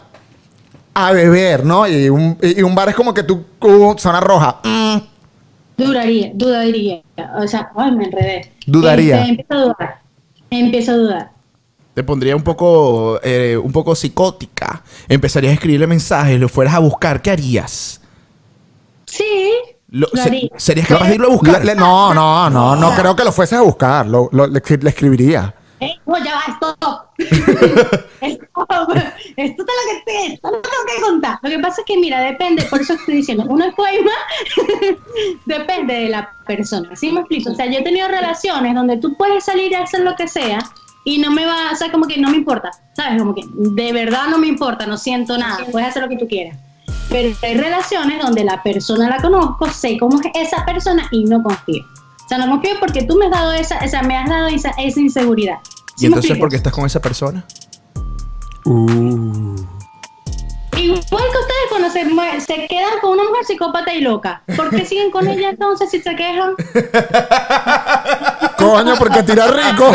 Speaker 3: a beber, ¿no? Y un, y- y un bar es como que tú, uh, zona roja,
Speaker 2: Duraría, dudaría. O sea, ay, me enredé.
Speaker 3: Dudaría.
Speaker 2: Este, empiezo a dudar. Empiezo a dudar.
Speaker 5: Te pondría un poco, eh, un poco psicótica. Empezarías a escribirle mensajes, lo fueras a buscar, ¿qué harías?
Speaker 2: Sí.
Speaker 5: Lo-
Speaker 2: lo
Speaker 5: se-
Speaker 2: haría.
Speaker 5: ¿Serías capaz de irlo a buscar?
Speaker 3: Le- le- no, no, no, no creo que lo fueses a buscar. Lo, lo- le, escri- le escribiría.
Speaker 2: Eh, no, ya va, stop. stop. Esto es lo que te, esto lo tengo que contar. Lo que pasa es que, mira, depende, por eso estoy diciendo, uno es coima, depende de la persona. ¿Sí me explico? O sea, yo he tenido relaciones donde tú puedes salir a hacer lo que sea y no me va, o sea, como que no me importa, ¿sabes? Como que de verdad no me importa, no siento nada, puedes hacer lo que tú quieras. Pero hay relaciones donde la persona la conozco, sé cómo es esa persona y no confío. O sea, no confío porque tú me has dado esa, o sea, me has dado esa, esa inseguridad. ¿Sí me
Speaker 5: ¿Y entonces
Speaker 2: explico?
Speaker 5: por qué estás con esa persona?
Speaker 2: Y igual que ustedes cuando se, mue- se quedan con una mujer psicópata y loca. ¿Por qué siguen con ella entonces si se quejan?
Speaker 3: Coño, porque tira rico.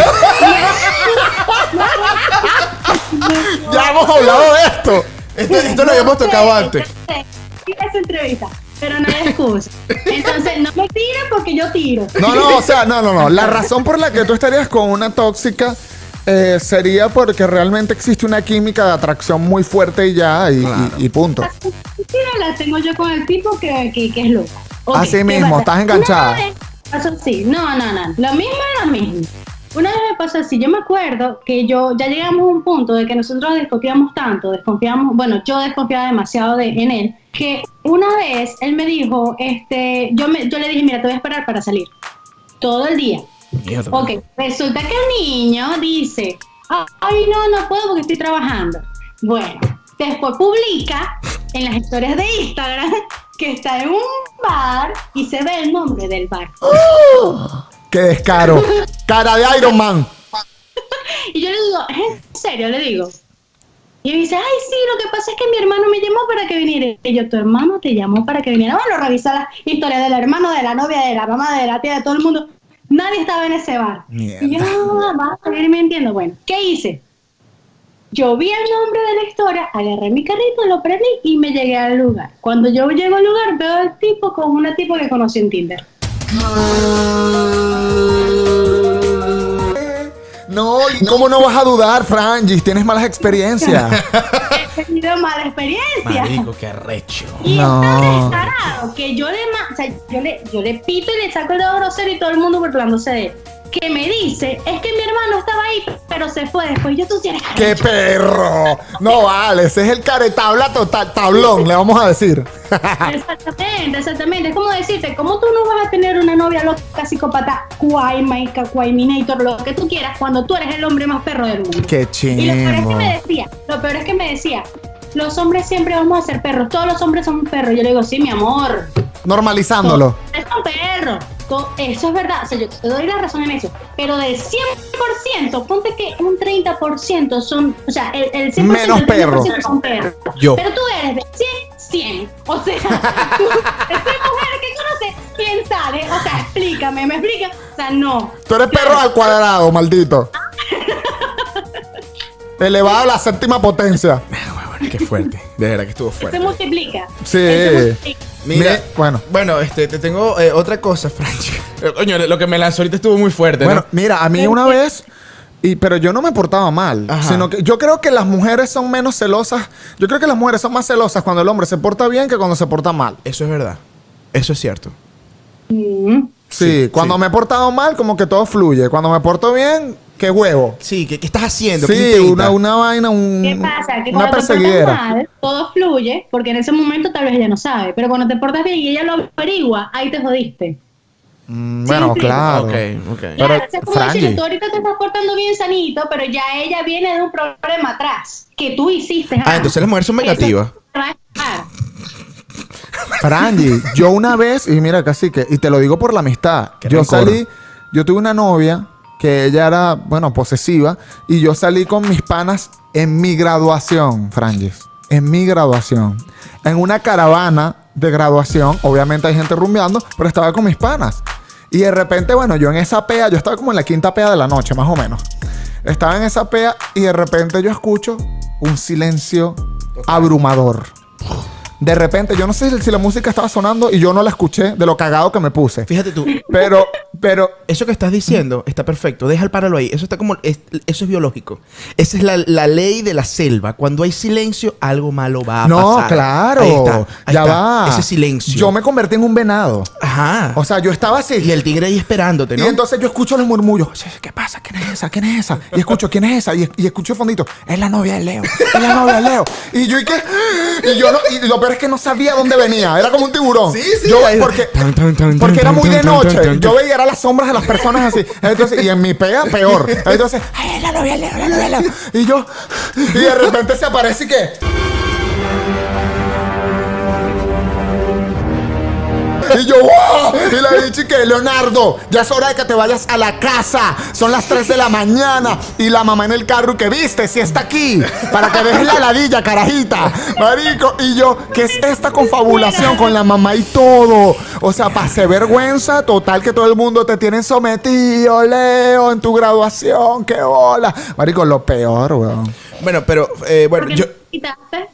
Speaker 3: ya hemos hablado de esto.
Speaker 5: Esto, esto lo habíamos tocado antes.
Speaker 2: Sí, esa entrevista, pero no hay excusa. Entonces, no me tiren porque yo tiro.
Speaker 3: No, no, o sea, no, no, no. La razón por la que tú estarías con una tóxica eh, sería porque realmente existe una química de atracción muy fuerte y ya, y, y- y punto.
Speaker 2: Ah, Mira, la tengo yo con el tipo que, que, que es loco. Ok,
Speaker 3: Así
Speaker 2: ¿qué
Speaker 3: mismo,
Speaker 2: pasa?
Speaker 3: estás enganchada.
Speaker 2: Una vez me pasó así. No, no, no. Lo mismo es lo mismo. Una vez me pasó así. Yo me acuerdo que yo ya llegamos a un punto de que nosotros desconfiamos tanto, desconfiamos, bueno, yo desconfiaba demasiado de, en él, que una vez él me dijo, este, yo, me, yo le dije, mira, te voy a esperar para salir. Todo el día. Ok, resulta que el niño dice, ay, no, no puedo porque estoy trabajando. Bueno, después publica en las historias de Instagram que está en un bar y se ve el nombre del bar.
Speaker 3: Qué descaro. Cara de Iron Man.
Speaker 2: Y yo le digo, "¿Es ¿en serio? Le digo. Y él dice, ay, sí, lo que pasa es que mi hermano me llamó para que viniera. Y yo, tu hermano te llamó para que viniera. Bueno, revisa las historias del hermano, de la novia, de la mamá, de la tía, de todo el mundo. Nadie estaba en ese bar.
Speaker 3: Mierda.
Speaker 2: Y yo, ah, va, a ver, me entiendo. Bueno, ¿qué hice? Yo vi el nombre de la historia, agarré mi carrito, lo prendí y me llegué al lugar. Cuando yo llego al lugar, veo al tipo con una tipo que conocí en Tinder.
Speaker 3: No, ¿y ¿cómo no vas a dudar, Frangis? Tienes malas experiencias.
Speaker 2: He tenido mala experiencia.
Speaker 6: Marico, qué recho.
Speaker 2: Y
Speaker 3: No.
Speaker 2: está descarado que yo le, ma- o sea, yo le yo le pito y le saco el dedo grosero y todo el mundo burlándose de él. Que me dice, es que mi hermano estaba ahí, pero se fue después. Yo tú sí eres
Speaker 3: ¡Qué
Speaker 2: carrecho".
Speaker 3: perro! No vale, ese es el caretabla total, tablón, le vamos a decir.
Speaker 2: Exactamente, exactamente. Es como decirte, ¿cómo tú no vas a tener una novia loca, psicópata, cuay, maica, cuay, minator, lo que tú quieras, cuando tú eres el hombre más perro del mundo?
Speaker 3: ¡Qué
Speaker 2: Y lo peor es que
Speaker 3: chingo!
Speaker 2: me decía, lo peor es que me decía, los hombres siempre vamos a ser perros, todos los hombres son perros. Yo le digo, sí, mi amor,
Speaker 3: Normalizándolo.
Speaker 2: Es un perro. To- Eso es verdad. O sea, yo te doy la razón en eso. Pero del 100%, ponte que un 30% son. O sea, el, el 100%
Speaker 3: Menos
Speaker 2: el 30%
Speaker 3: perro.
Speaker 2: son perros.
Speaker 6: Yo.
Speaker 2: Pero tú eres de 100, 100. O sea, tú, esta mujer que conoce, ¿quién sale? O sea, explícame, me explica. O sea, no.
Speaker 3: Tú eres perro al cuadrado, maldito. Elevado a la séptima potencia.
Speaker 5: Qué fuerte. De verdad que estuvo
Speaker 2: Se
Speaker 5: fuerte.
Speaker 2: multiplica. eh,
Speaker 3: Sí.
Speaker 2: Él se multiplica.
Speaker 5: Mira,
Speaker 3: Me- bueno.
Speaker 5: Bueno, este, te tengo eh, otra cosa, Franchi.
Speaker 6: Coño, lo que me lanzó ahorita estuvo muy fuerte,
Speaker 3: Bueno,
Speaker 6: ¿no?
Speaker 3: mira, a mí una vez, y, pero yo no me portaba mal,
Speaker 5: Ajá.
Speaker 3: sino que yo creo que las mujeres son menos celosas, yo creo que las mujeres son más celosas cuando el hombre se porta bien que cuando se porta mal.
Speaker 5: Eso es verdad. Eso es cierto.
Speaker 2: Mm.
Speaker 3: Sí,
Speaker 5: Sí,
Speaker 3: cuando
Speaker 5: sí.
Speaker 3: me he portado mal, como que todo fluye, cuando me porto bien, qué huevo.
Speaker 5: Sí, ¿qué, qué estás haciendo? ¿Qué
Speaker 3: Sí,
Speaker 5: intentas?
Speaker 3: una, una vaina, un,
Speaker 2: ¿Qué pasa? Que
Speaker 3: Mm,
Speaker 2: cuando te
Speaker 3: una
Speaker 2: portas
Speaker 3: perseguidera.
Speaker 2: mal, todo fluye, porque en ese momento tal vez ella no sabe, pero cuando te portas bien y ella lo averigua, ahí te jodiste.
Speaker 3: Mm, Bueno,
Speaker 2: Sí, sí.
Speaker 3: claro.
Speaker 5: Ok, ok.
Speaker 2: Claro,
Speaker 3: Pero,
Speaker 2: es como decirle,
Speaker 3: Frankie.
Speaker 2: tú ahorita te estás portando bien sanito, pero ya ella viene de un problema atrás que tú hiciste.
Speaker 5: Ah, entonces las mujeres son negativas.
Speaker 2: Eso te va a dejar.
Speaker 3: Franji, yo una vez, y mira, casi que, y te lo digo por la amistad,
Speaker 5: Qué
Speaker 3: yo
Speaker 5: rencor.
Speaker 3: salí, yo tuve una novia que ella era, bueno, posesiva, y yo salí con mis panas en mi graduación, Franji, en mi graduación, en una caravana de graduación, obviamente hay gente rumbeando, pero estaba con mis panas. Y de repente, bueno, yo en esa pea, yo estaba como en la quinta pea de la noche, más o menos. Estaba en esa pea y de repente yo escucho un silencio abrumador. De repente, yo no sé si la música estaba sonando y yo no la escuché de lo cagado que me puse.
Speaker 5: Fíjate tú,
Speaker 3: Pero, pero,
Speaker 5: eso que estás diciendo está perfecto. Deja el páralo ahí. Eso está como. es- eso es biológico. Esa es la, la ley de la selva. Cuando hay silencio, algo malo va a
Speaker 3: no,
Speaker 5: pasar.
Speaker 3: claro.
Speaker 5: Ahí está, ahí
Speaker 3: ya
Speaker 5: está.
Speaker 3: va.
Speaker 5: Ese silencio.
Speaker 3: Yo me convertí en un venado.
Speaker 5: Ajá.
Speaker 3: O sea, yo estaba así.
Speaker 5: y el tigre ahí esperándote, ¿no?
Speaker 3: Y entonces yo escucho los murmullos. "Che, ¿Qué pasa? ¿Quién es esa? ¿Quién es esa? Y escucho, ¿quién es esa? Y, y escucho fondito. Es la novia de Leo. Es la novia de Leo. Y yo, ¿y qué? Y yo, no, y lo peor es que no sabía dónde venía. Era como un tiburón.
Speaker 5: Sí, sí,
Speaker 3: Yo,
Speaker 5: ahí-
Speaker 3: porque,
Speaker 5: Tan, tan, tan,
Speaker 3: porque era
Speaker 5: tan,
Speaker 3: muy
Speaker 5: tan,
Speaker 3: de
Speaker 5: tan,
Speaker 3: noche.
Speaker 5: tan, tan.
Speaker 3: Yo veía era las sombras de las personas así. Entonces, y en mi pea, peor. Entonces, "Ay, es la novia de Leo, es la novia de Leo. Y yo, y de repente se aparece y que... Y yo, ¡wow! Y la bichi que, Leonardo, ya es hora de que te vayas a la casa. Son las 3 de la mañana. Y la mamá en el carro que viste, si está aquí. Para que dejes la ladilla, carajita. Marico. Y yo, ¿qué es esta confabulación con la mamá y todo? O sea, pase vergüenza total que todo el mundo te tiene sometido, Leo, en tu graduación. ¡Qué bola! Marico, lo peor, weón.
Speaker 5: Bueno, pero, eh, bueno,
Speaker 2: Porque
Speaker 5: yo.
Speaker 2: quitaste.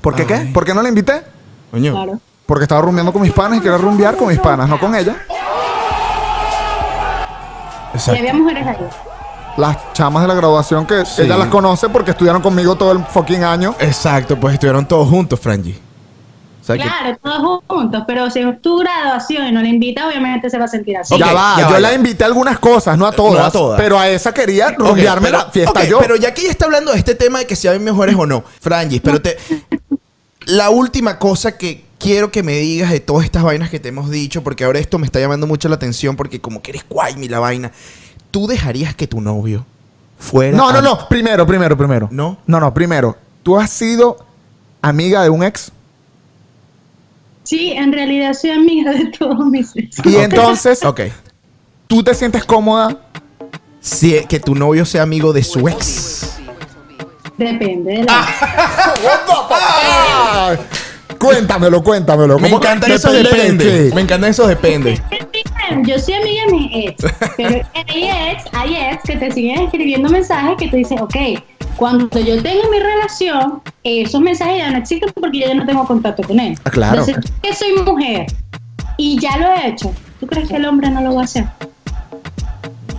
Speaker 3: ¿Por qué qué? ¿Por qué no la invité?
Speaker 5: Coño.
Speaker 2: Claro.
Speaker 3: Porque estaba rumbeando con mis panas y quería rumbear con mis panas, no con ella.
Speaker 2: Y había mujeres ahí.
Speaker 3: Las chamas de la graduación que ella las conoce porque estudiaron conmigo todo el fucking año.
Speaker 5: Exacto, pues estuvieron todos juntos, Franji. O sea que-
Speaker 2: Claro, todos juntos, pero si es tu graduación y no la invita, obviamente se va a sentir así.
Speaker 5: Ok,
Speaker 3: ya va,
Speaker 5: ya
Speaker 3: yo
Speaker 5: va,
Speaker 3: la
Speaker 5: ya.
Speaker 3: invité a algunas cosas, no a todas.
Speaker 5: No a todas.
Speaker 3: Pero a esa quería
Speaker 5: Ok,
Speaker 3: rumbearme
Speaker 5: pero-
Speaker 3: la fiesta
Speaker 5: ok,
Speaker 3: yo.
Speaker 5: Pero ya que ella está hablando de este tema de que si hay mejores o no, Frangis, pero te. La última cosa que quiero que me digas de todas estas vainas que te hemos dicho, porque ahora esto me está llamando mucho la atención, porque como que eres guay, la vaina. ¿Tú dejarías que tu novio fuera.
Speaker 3: no, no,
Speaker 5: a-
Speaker 3: no. Primero, primero, primero.
Speaker 5: ¿No?
Speaker 3: No, no, primero. ¿Tú has sido amiga de un ex?
Speaker 2: Sí, en realidad soy amiga de todos mis ex.
Speaker 3: Y entonces,
Speaker 5: Ok.
Speaker 3: ¿tú te sientes cómoda?
Speaker 5: Si, e, que tu novio sea amigo de su ex.
Speaker 2: Depende de
Speaker 5: Ah,
Speaker 2: la.
Speaker 3: Ay, Cuéntamelo, cuéntamelo.
Speaker 6: Me
Speaker 3: ¿Cómo
Speaker 6: encanta
Speaker 3: que
Speaker 6: eso
Speaker 3: depende de
Speaker 6: depende.
Speaker 3: qué?
Speaker 6: Me encanta eso depende.
Speaker 2: Yo soy amiga de mis ex, pero hay ex, hay ex que te siguen escribiendo mensajes que te dicen, ok, cuando yo tenga mi relación, esos mensajes ya no existen porque yo ya no tengo contacto con él.
Speaker 3: Ah, claro.
Speaker 2: Entonces, yo que soy mujer y ya lo he hecho, ¿tú crees que el hombre no lo va a hacer?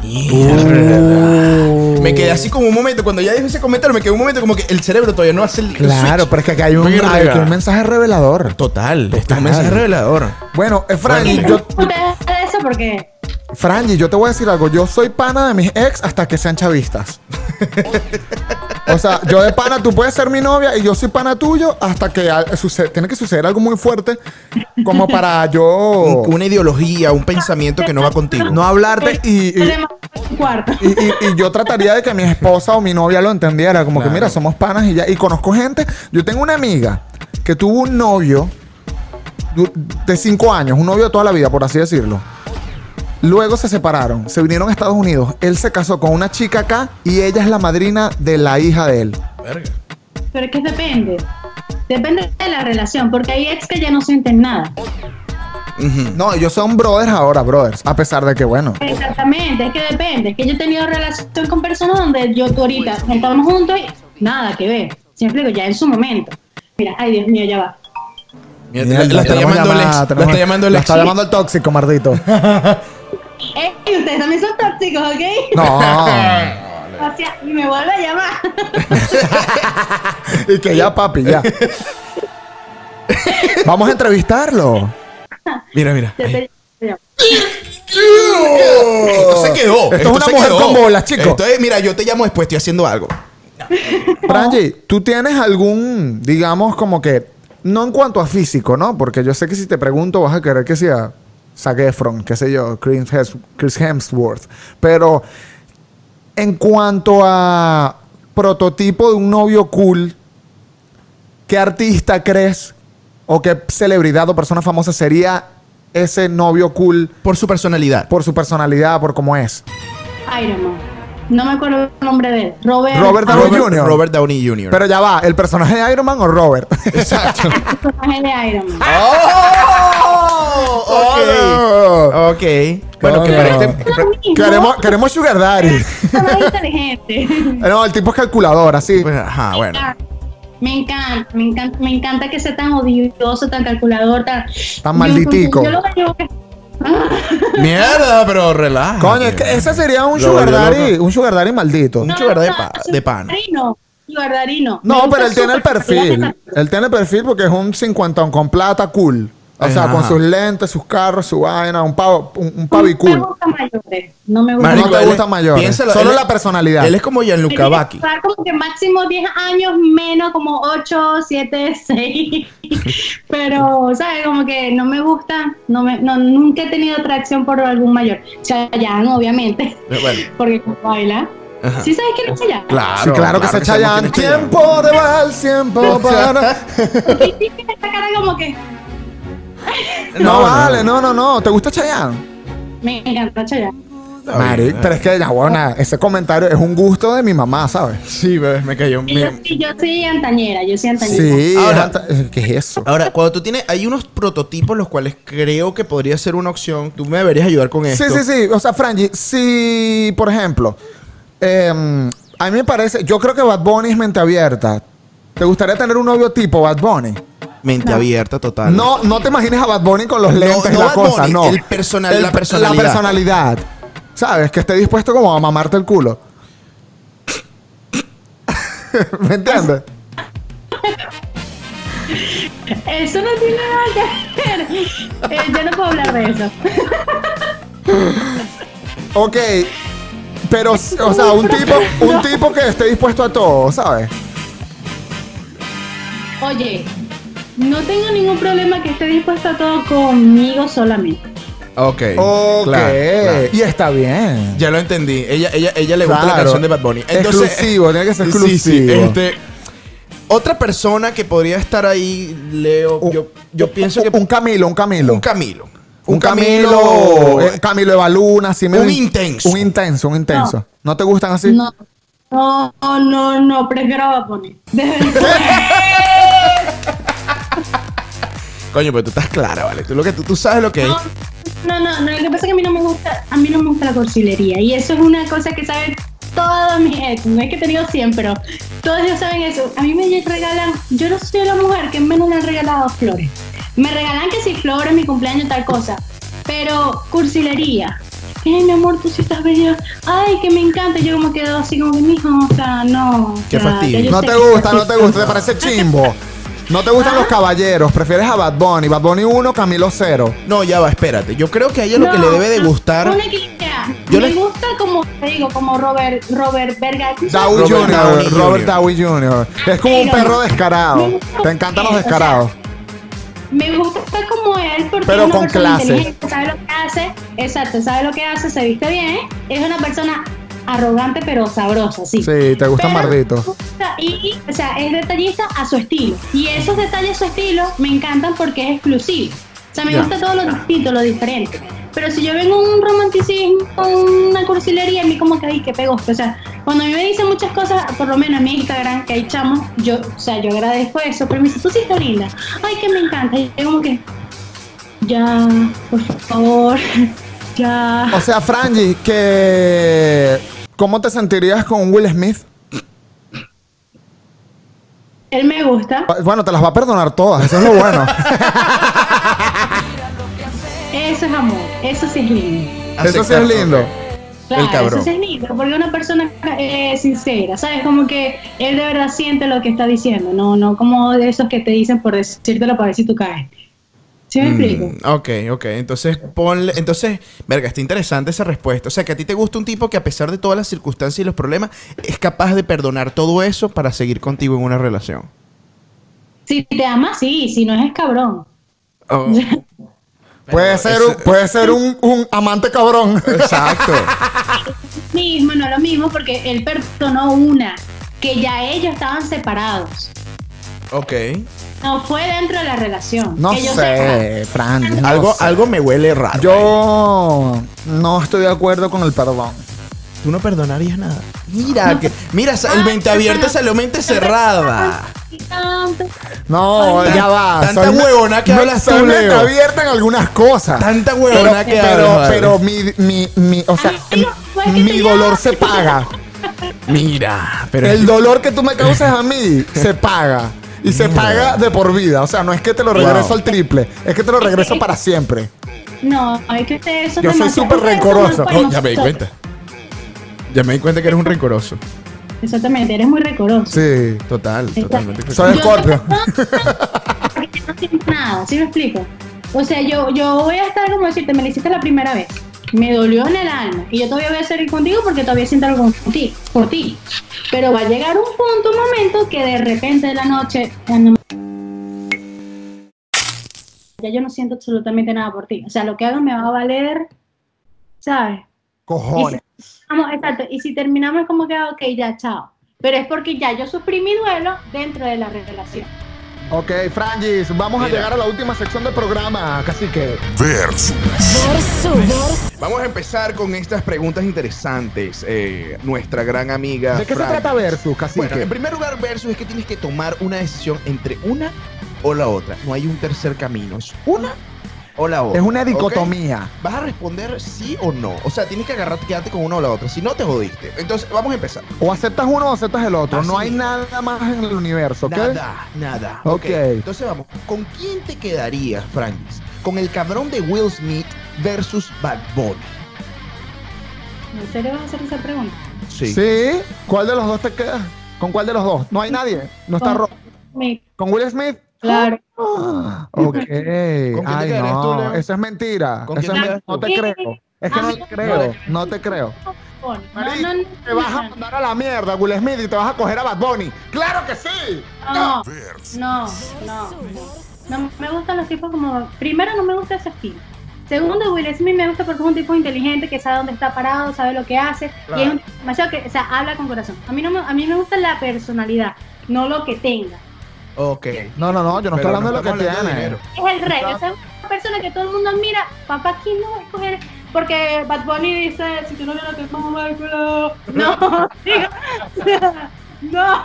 Speaker 3: Uh.
Speaker 5: Me quedé así como un momento, cuando ella dijo ese comentario, me quedé un momento como que el cerebro todavía no hace el. el
Speaker 3: Claro,
Speaker 5: switch.
Speaker 3: pero es que acá hay un,
Speaker 6: Verga.
Speaker 3: hay aquí un mensaje revelador.
Speaker 5: Total. Este
Speaker 3: Total.
Speaker 5: mensaje revelador.
Speaker 3: Bueno, eh, Franji,
Speaker 2: Y
Speaker 3: yo,
Speaker 2: yo... no te dejas de eso porque
Speaker 3: Franji, yo te voy a decir algo. Yo soy pana de mis ex hasta que sean chavistas. o sea, yo de pana, tú puedes ser mi novia y yo soy pana tuyo hasta que ah, suce- tiene que suceder algo muy fuerte como para yo
Speaker 5: Un- una ideología, un pensamiento que no va contigo.
Speaker 3: no hablarte y, y,
Speaker 2: tenemos un cuarto.
Speaker 3: y- y- y yo trataría de que mi esposa o mi novia lo entendiera. Como que, mira, somos panas y ya. Y conozco gente. Yo tengo una amiga que tuvo un novio du- de cinco años, un novio de toda la vida, por así decirlo. Luego se separaron, se vinieron a Estados Unidos. Él se casó con una chica acá y ella es la madrina de la hija de él.
Speaker 2: Pero es que depende. Depende de la relación, porque hay ex que ya no sienten nada.
Speaker 5: Mm.
Speaker 3: No, ellos son brothers ahora, brothers. A pesar de que, bueno.
Speaker 2: Exactamente, es que depende. Es que yo he tenido relación con personas donde yo tú ahorita nos estamos juntos y nada que ver. Siempre digo, ya en su momento. Mira, ay Dios mío, ya va.
Speaker 5: Mira, la- la, está
Speaker 3: tenemos
Speaker 5: llamando el ex.
Speaker 3: llamada,
Speaker 5: La
Speaker 3: tenemos-
Speaker 5: está llamando el
Speaker 3: la
Speaker 5: ex.
Speaker 3: está llamando el tóxico, mardito.
Speaker 2: Ey, Eh, ustedes también son tóxicos, ¿ok?
Speaker 3: No.
Speaker 2: O sea, y me vuelve a llamar.
Speaker 3: Y que ya, papi, ya. Vamos a entrevistarlo.
Speaker 5: Mira, mira.
Speaker 2: Yo
Speaker 3: Eh.
Speaker 2: te- yo-
Speaker 5: Esto se quedó.
Speaker 3: Esto es una
Speaker 5: se
Speaker 3: mujer con bolas, chico.
Speaker 5: Esto es- mira, yo te llamo después, estoy haciendo algo.
Speaker 3: Franji, tú tienes algún, digamos, como que, no en cuanto a físico, ¿no? Porque yo sé que si te pregunto vas a querer que sea Zac Efron, qué sé yo, Chris Hems- Chris Hemsworth. Pero en cuanto a prototipo de un novio cool, ¿qué artista crees o qué celebridad o persona famosa sería ese novio cool
Speaker 5: Por su personalidad.
Speaker 3: por su personalidad, por cómo es?
Speaker 2: Iron Man. No me acuerdo el nombre de él. Robert.
Speaker 3: Robert Downey
Speaker 2: Ah,
Speaker 3: Jr.
Speaker 5: Robert Downey Jr.
Speaker 3: Pero ya va, ¿el personaje de Iron Man o Robert?
Speaker 5: Exacto.
Speaker 2: el personaje de Iron Man.
Speaker 5: ¡Oh!
Speaker 3: Oh.
Speaker 5: Ok. Ok. Bueno, que
Speaker 3: Claro.
Speaker 5: para este-
Speaker 3: Ah,
Speaker 2: Es lo mismo,
Speaker 3: Queremos, queremos Sugar Daddy.
Speaker 2: son más inteligentes.
Speaker 3: No, el tipo es calculador, así.
Speaker 5: pues, Ajá, bueno.
Speaker 2: Me encanta, me encanta, me encanta que sea tan odioso, tan calculador, tan.
Speaker 3: Tan malditico.
Speaker 2: Yo lo veo que-
Speaker 5: Mierda, pero relaja.
Speaker 3: Coño, es que ese sería un
Speaker 5: ah, Lo
Speaker 3: Sugar
Speaker 5: volvió
Speaker 3: Daddy, un Sugar Daddy maldito.
Speaker 5: Un sugar de pa-
Speaker 2: soy
Speaker 5: de pan.
Speaker 2: guardarino, soy guardarino. Me
Speaker 3: No,
Speaker 2: gusta
Speaker 3: pero él tiene el
Speaker 2: súper
Speaker 3: perfil.
Speaker 2: particular.
Speaker 3: Él tiene el perfil porque es un cincuentón con plata cool. O sea,
Speaker 5: Ajá.
Speaker 3: con sus lentes, sus carros, su vaina, un pavo, un, un pavi
Speaker 2: No me
Speaker 3: cool.
Speaker 2: gustan mayores. No me
Speaker 3: Marico,
Speaker 2: gusta.
Speaker 3: te
Speaker 5: él
Speaker 3: gusta
Speaker 5: es-
Speaker 3: mayor.
Speaker 5: piénsalo,
Speaker 3: Solo
Speaker 5: él-
Speaker 3: la personalidad.
Speaker 5: Él es como Gianluca Vacchi.
Speaker 2: como que máximo 10 años menos, como 8, 7, 6. Pero, ¿sabes? Como que no me gusta. No me, no, nunca he tenido atracción por algún mayor. Chayanne, obviamente.
Speaker 5: Bueno.
Speaker 2: Porque como baila.
Speaker 5: Ajá.
Speaker 2: ¿Sí sabes quién es Chayanne?
Speaker 5: Claro,
Speaker 3: Sí, claro, que se Chayanne.
Speaker 5: sabemos quién es Chayanne.
Speaker 3: Tiempo de vals, tiempo para.
Speaker 2: Y tiene esa cara como que.
Speaker 3: No, vale, no, no, no. ¿Te gusta Chayanne?
Speaker 2: Me encanta Chayanne.
Speaker 5: Está
Speaker 3: Mari,
Speaker 6: eh.
Speaker 5: bien,
Speaker 3: pero es que, ya, bueno, ese comentario es un gusto de mi mamá, ¿sabes?
Speaker 6: Sí, bebé, me cayó.
Speaker 2: Y Yo
Speaker 6: Me-
Speaker 2: sí, yo soy antañera, yo soy antañera.
Speaker 3: Sí,
Speaker 5: Ahora-
Speaker 3: es anta- ¿qué es eso?
Speaker 5: Ahora, cuando tú tienes, hay unos prototipos los cuales creo que podría ser una opción. Tú me deberías ayudar con esto.
Speaker 3: Sí, sí, sí. O sea, Franji, si, por ejemplo, em, a mí me parece, yo creo que Bad Bunny es mente abierta. ¿Te gustaría tener un novio tipo Bad Bunny?
Speaker 5: Mente abierta total.
Speaker 3: No, no te imagines a Bad Bunny con los lentes,
Speaker 5: no
Speaker 3: la
Speaker 5: Bad
Speaker 3: cosa,
Speaker 5: Bunny,
Speaker 3: no.
Speaker 5: el personal- la
Speaker 3: pe-
Speaker 5: personalidad.
Speaker 3: La personalidad. ¿Sabes? Que esté dispuesto como a mamarte el culo. ¿Me entiendes?
Speaker 2: Eso no tiene nada que ver. Eh, yo no puedo hablar de eso.
Speaker 3: Ok. Pero, o sea, un tipo, un tipo que esté dispuesto a todo, ¿sabes?
Speaker 2: Oye, no tengo ningún problema que esté dispuesto a todo conmigo solamente.
Speaker 6: Ok. claro,
Speaker 3: Ok.
Speaker 6: claro.
Speaker 3: Y está bien.
Speaker 6: Ya lo entendí. Ella, ella, ella le gusta la
Speaker 3: Claro.
Speaker 6: canción de Bad Bunny. Entonces,
Speaker 3: Exclusivo, tiene que ser
Speaker 6: Sí, sí.
Speaker 3: exclusivo.
Speaker 6: Este,
Speaker 5: Otra persona que podría estar ahí, Leo,
Speaker 3: Un-
Speaker 5: yo, yo pienso que
Speaker 3: un Camilo, un Camilo.
Speaker 5: un Camilo.
Speaker 3: Un Camilo, eh, Camilo Evaluna, así
Speaker 5: Un intenso.
Speaker 3: Un intenso, un intenso. ¿No, te gustan así?
Speaker 2: No, no, no, no, prefiero a Bad Bunny. De verdad.
Speaker 5: Coño, pero tú estás clara, ¿vale? Tú, lo que, tú, tú sabes lo que es.
Speaker 2: No, no, no, lo que pasa es que a mí no me gusta, a mí no me gusta la cursilería y eso es una cosa que saben todos mis ex, no es que he tenido 100, pero todos ellos saben eso. A mí me regalan, yo no soy la mujer que menos le han regalado flores. Me regalan que si flores, mi cumpleaños, tal cosa, pero cursilería. Ay, mi amor, tú sí estás bella. Ay, que me encanta. Yo como quedo así como que, mijo, o sea, no. o
Speaker 5: Qué
Speaker 2: sea,
Speaker 5: fastidio.
Speaker 2: ya yo
Speaker 3: No
Speaker 2: sé
Speaker 3: te
Speaker 2: que-
Speaker 3: gusta, no te gusta, te parece chimbo. No te gustan
Speaker 2: Ah.
Speaker 3: los caballeros, prefieres a Bad Bunny. Bad Bunny 1, Camilo 0.
Speaker 5: No, ya va, espérate. Yo creo que a ella lo que le
Speaker 2: No,
Speaker 5: debe de
Speaker 2: no,
Speaker 5: gustar.
Speaker 2: Una quinta.
Speaker 5: Yo
Speaker 2: me
Speaker 5: le-
Speaker 2: gusta como, te digo, como Robert, Robert Verga.
Speaker 3: Downey
Speaker 5: Robert
Speaker 3: Jr.,
Speaker 5: Downey Jr..
Speaker 3: Robert Downey Jr. Es como un
Speaker 2: Pero-
Speaker 3: perro descarado. Te encantan los descarados.
Speaker 2: Me gusta como él porque
Speaker 3: Pero
Speaker 2: es una
Speaker 3: con
Speaker 2: persona
Speaker 3: clase.
Speaker 2: inteligente, sabe lo que hace, exacto, sabe lo que hace, se viste bien, es una persona arrogante pero sabrosa, sí.
Speaker 3: Sí, te
Speaker 2: Pero-
Speaker 3: gustan marditos.
Speaker 2: Y, y, o sea, es detallista a su estilo. Y esos detalles a su estilo me encantan porque es exclusivo. O sea, me
Speaker 5: Ya.
Speaker 2: gusta todo lo distinto, lo diferente. Pero si yo vengo a un romanticismo, a una cursilería, a mí como que, ay, qué pegoste. O sea, cuando a mí me dicen muchas cosas, por lo menos en mi Instagram, que hay chamos, yo, o sea, yo agradezco eso, pero me dicen, tú sí estás linda. Ay, que me encanta. Y yo como que, ya, por favor, ya.
Speaker 3: O sea, Franji, que. ¿Cómo te sentirías con Will Smith?
Speaker 2: Él me gusta.
Speaker 3: Bueno, te las va a perdonar todas, eso es lo bueno.
Speaker 2: Eso es amor. Eso sí es lindo.
Speaker 3: eso sí es
Speaker 5: Aceptar,
Speaker 3: lindo.
Speaker 5: ok.
Speaker 2: Claro,
Speaker 5: El cabrón.
Speaker 2: eso sí es lindo, porque una persona eh, sincera, ¿sabes? Como que él de verdad siente lo que está diciendo, no no como de esos que te dicen por decírtelo para ver si tú caes. ¿Sí me explico?
Speaker 5: Mm, ok, ok. Entonces, ponle. Entonces, verga, está interesante esa respuesta. O sea, que a ti te gusta un tipo que, a pesar de todas las circunstancias y los problemas, es capaz de perdonar todo eso para seguir contigo en una relación.
Speaker 2: Si te ama, sí, si no es cabrón.
Speaker 5: Oh,
Speaker 3: Puede ser, un- puede ser un, un amante cabrón.
Speaker 5: exacto.
Speaker 2: Mismo, no lo mismo, porque él perdonó una, que ya ellos estaban separados.
Speaker 5: Ok.
Speaker 2: No fue dentro de la relación.
Speaker 3: No
Speaker 2: que yo sepa.
Speaker 3: sé, Franji. no
Speaker 5: Algo,
Speaker 3: sé.
Speaker 5: algo me huele raro.
Speaker 3: Yo no estoy de acuerdo con el perdón.
Speaker 5: Tú no perdonarías nada. Mira, que, mira, sa- el mente abierta salió mente cerrada.
Speaker 2: Y tanto.
Speaker 3: No,
Speaker 5: Tan-
Speaker 3: ya va.
Speaker 5: tanta
Speaker 3: soy-
Speaker 5: huevona que
Speaker 3: no,
Speaker 5: hablas
Speaker 3: soy
Speaker 5: tú,
Speaker 3: mente
Speaker 5: Leo.
Speaker 3: abierta en algunas cosas.
Speaker 5: Tanta
Speaker 3: pero,
Speaker 5: huevona que
Speaker 3: pero,
Speaker 5: hablas, vale.
Speaker 3: pero mi, mi, mi, o sea,
Speaker 2: Ay, tío, pues que
Speaker 3: mi
Speaker 2: te
Speaker 3: dolor
Speaker 2: llamo.
Speaker 3: se paga.
Speaker 5: Mira, pero
Speaker 3: El dolor que tú me causas a mí se paga. Y se paga de por vida. O sea, no es que te lo regreso
Speaker 5: Wow.
Speaker 3: al triple, es que te lo regreso para siempre.
Speaker 2: No, hay que ustedes son
Speaker 3: Yo soy
Speaker 2: demasiado-
Speaker 3: súper
Speaker 2: ustedes son
Speaker 3: rencoroso.
Speaker 2: más
Speaker 6: no,
Speaker 5: Oh,
Speaker 6: ya me di
Speaker 2: buenos.
Speaker 6: cuenta. Ya me di cuenta que eres un rencoroso.
Speaker 2: Exactamente, eres muy rencoroso.
Speaker 3: Sí.
Speaker 5: Total, totalmente.
Speaker 3: Soy
Speaker 2: Yo-
Speaker 3: Scorpio.
Speaker 2: Porque yo no siento nada, ¿sí me explico? O sea, yo, yo voy a estar como decirte, me lo hiciste la primera vez. Me dolió en el alma. Y yo todavía voy a seguir contigo porque todavía siento algo por ti, por ti. Pero va a llegar un punto, un momento que de repente de la noche. ah, no, Ya yo no siento absolutamente nada por ti. O sea, lo que hago me va a valer, ¿sabes?
Speaker 3: Cojones.
Speaker 2: Y si, terminamos, exacto, y si terminamos es ah, como que, ok, ya, chao. Pero es porque ya yo sufrí mi duelo dentro de la relación.
Speaker 3: Ok, Frangis, vamos a llegar a la última sección del programa, casi que.
Speaker 1: Versus, versus.
Speaker 5: Vamos a empezar con estas preguntas interesantes. eh, nuestra gran amiga.
Speaker 3: ¿De qué se
Speaker 5: Fran.
Speaker 3: trata Versus, casi
Speaker 5: Bueno,
Speaker 3: que?
Speaker 5: en primer lugar, versus es que tienes que tomar una decisión entre una o la otra. No hay un tercer camino. Es una o la otra.
Speaker 3: Es una
Speaker 5: ¿ok?
Speaker 3: dicotomía.
Speaker 5: Vas a responder sí o no. O sea, tienes que agarrar, quedarte con una o la otra. Si no, te jodiste. Entonces, vamos a empezar.
Speaker 3: O aceptas uno o aceptas el otro. no
Speaker 5: Así.
Speaker 3: hay nada más en el universo, ¿ok?
Speaker 5: Nada, nada.
Speaker 3: Ok.
Speaker 5: Entonces vamos. ¿Con quién te quedarías, Frankis? ¿Con el cabrón de Will Smith versus Bad Bunny?
Speaker 2: ¿En serio vas a hacer esa pregunta?
Speaker 3: Sí. ¿Cuál de los dos te queda? ¿Con cuál de los dos? No hay nadie. No está
Speaker 2: Con-
Speaker 3: Ro-
Speaker 2: Me-
Speaker 3: ¿Con Will Smith?
Speaker 2: Claro.
Speaker 3: Ah, ok.
Speaker 5: te
Speaker 3: Ay,
Speaker 5: quedarías
Speaker 3: no.
Speaker 5: tú, Leo?
Speaker 3: Eso es mentira.
Speaker 5: ¿Con
Speaker 3: Eso
Speaker 5: quién
Speaker 3: es
Speaker 5: te
Speaker 3: men-
Speaker 5: quedas
Speaker 3: no
Speaker 2: tú?
Speaker 3: te creo. Es que
Speaker 2: Ah,
Speaker 3: no
Speaker 2: no,
Speaker 3: te
Speaker 2: no.
Speaker 3: creo. No te creo.
Speaker 2: No, no,
Speaker 3: Marico,
Speaker 2: no, no,
Speaker 3: Te vas a
Speaker 2: no,
Speaker 3: mandar a la mierda, Will Smith, y te vas a coger a Bad Bunny. ¡Claro que sí!
Speaker 2: No, no, no. No me gustan los tipos como. Primero, no me gusta ese estilo. Segundo, Will Smith me gusta porque es un tipo inteligente que sabe dónde está parado, sabe lo que hace. Y es un tipo demasiado que, o sea, habla con corazón. A mí, no me, a mí me gusta la personalidad, no lo que tenga.
Speaker 5: Ok.
Speaker 3: No, no, no. Yo no estoy
Speaker 5: Pero
Speaker 3: hablando
Speaker 5: no
Speaker 3: de lo que
Speaker 5: estamos hablando de
Speaker 3: tiene.
Speaker 5: dinero.
Speaker 2: Es el rey, o sea, es una persona que todo el mundo admira. Papá, ¿quién no va a escoger? Porque Bad Bunny dice: si tú no ves lo que es como culo. No, digo, no.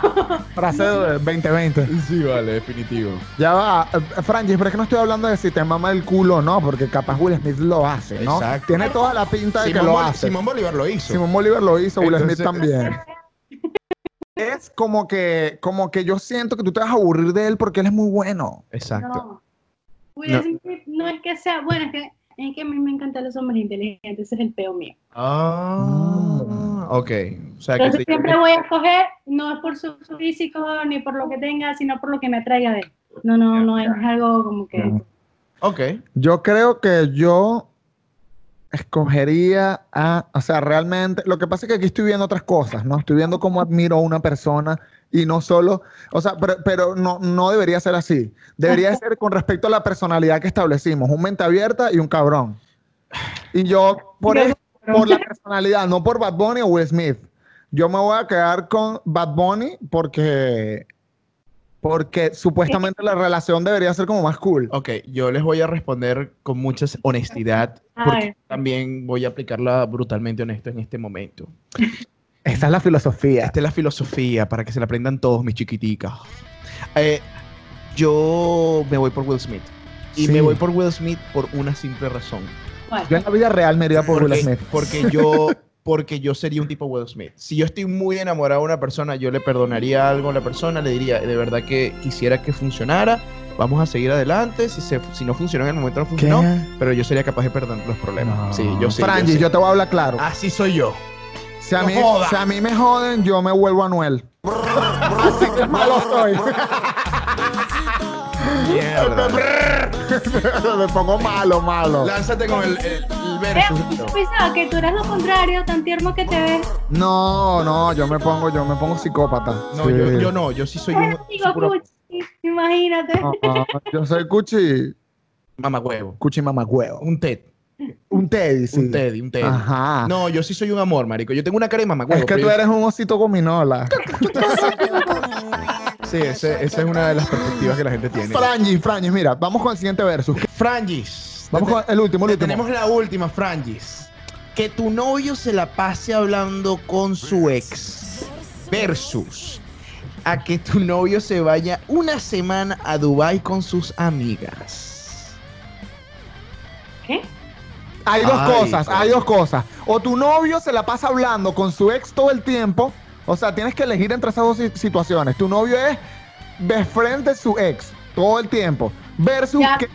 Speaker 3: Frase de 2020.
Speaker 6: Sí, vale, definitivo.
Speaker 3: Ya va, eh, Frangis, pero es que no estoy hablando de si te mama el culo o no, porque capaz Will Smith lo hace, ¿no?
Speaker 5: Exacto.
Speaker 3: Tiene toda la pinta de que
Speaker 5: Bol-
Speaker 3: lo hace.
Speaker 5: Simón Bolívar lo hizo.
Speaker 3: Simón Bolívar lo hizo, Will
Speaker 5: Entonces-
Speaker 3: Smith también. es como que, como que yo siento que tú te vas a aburrir de él porque él es muy bueno.
Speaker 5: Exacto.
Speaker 2: No. Will Smith no es que sea bueno, es que, es que a mí me encantan los hombres inteligentes, ese es el peo mío.
Speaker 5: Ah, ok. O sea, que
Speaker 2: Entonces
Speaker 5: te-
Speaker 2: siempre voy a escoger, no es por su físico ni por lo que tenga, sino por lo que me atraiga de él. No, no, no es algo como que.
Speaker 5: Ok.
Speaker 3: Yo creo que yo escogería a, o sea, realmente, lo que pasa es que aquí estoy viendo otras cosas, ¿no? Estoy viendo cómo admiro a una persona y no solo, o sea, pero, pero no, no debería ser así. Debería ser con respecto a la personalidad que establecimos, un mente abierta y un cabrón. Y yo, por, eso, por la personalidad, no por Bad Bunny o Will Smith. Yo me voy a quedar con Bad Bunny porque, porque supuestamente la relación debería ser como más cool.
Speaker 5: Ok, yo les voy a responder con mucha honestidad,
Speaker 2: A
Speaker 5: porque
Speaker 2: ver.
Speaker 5: también voy a aplicarla brutalmente honesta en este momento.
Speaker 3: Esa es la filosofía.
Speaker 5: Esta es la filosofía para que se la aprendan todos, mis chiquiticas. Eh, yo me voy por Will Smith. Y
Speaker 3: Sí.
Speaker 5: me voy por Will Smith por una simple razón.
Speaker 2: ¿cuál?
Speaker 3: Yo en la vida real me iría por Will
Speaker 5: porque,
Speaker 3: Smith.
Speaker 5: porque yo porque yo sería un tipo Will Smith. Si yo estoy muy enamorado de una persona, yo le perdonaría algo a la persona, le diría de verdad que quisiera que funcionara, vamos a seguir adelante, si se, si no funcionó en el momento no funcionó, pero yo sería capaz de perdonar los problemas.
Speaker 3: No.
Speaker 5: Sí, yo sí.
Speaker 3: Franji,
Speaker 5: yo sí.
Speaker 3: yo te voy a hablar claro.
Speaker 5: Así soy yo.
Speaker 3: si, a
Speaker 5: no
Speaker 3: mí,
Speaker 5: jodas.
Speaker 3: si a mí me joden, yo me vuelvo Anuel. Así que malo soy. me pongo malo, malo.
Speaker 5: Lánzate con el, el, el
Speaker 2: Yo pensaba que tú eras lo contrario, tan tierno que te ves.
Speaker 3: No, no, yo me pongo, yo me pongo psicópata.
Speaker 5: No,
Speaker 3: Sí.
Speaker 5: yo, yo no, yo sí soy un
Speaker 2: Ay, digo, Cuchi, imagínate.
Speaker 3: No, no, yo soy cuchi,
Speaker 5: mamagüevo.
Speaker 3: cuchi mamagüeo.
Speaker 5: Un Ted,
Speaker 3: Un Teddy, sí.
Speaker 5: un Teddy, un Teddy.
Speaker 3: Ajá.
Speaker 5: No, yo sí soy un amor, marico. Yo tengo una cara de mamagüevo.
Speaker 3: es que
Speaker 5: pero
Speaker 3: tú
Speaker 5: yo-
Speaker 3: eres un osito gominola.
Speaker 5: Sí, ese- esa es una de las perspectivas que la gente tiene.
Speaker 3: Franji, Franji, mira, vamos con el siguiente versus.
Speaker 5: Frangis.
Speaker 3: Vamos
Speaker 5: te-
Speaker 3: con el último, el
Speaker 5: te
Speaker 3: último.
Speaker 5: Tenemos la última, Frangis. Que tu novio se la pase hablando con su ex. Versus. A que tu novio se vaya una semana a Dubai con sus amigas.
Speaker 2: ¿Qué?
Speaker 3: Hay dos
Speaker 5: Ay,
Speaker 3: cosas,
Speaker 5: coño.
Speaker 3: hay dos cosas. O tu novio se la pasa hablando con su ex todo el tiempo. O sea, tienes que elegir entre esas dos si- situaciones. Tu novio es best friend de su ex todo el tiempo. Versus
Speaker 2: Ya.
Speaker 3: que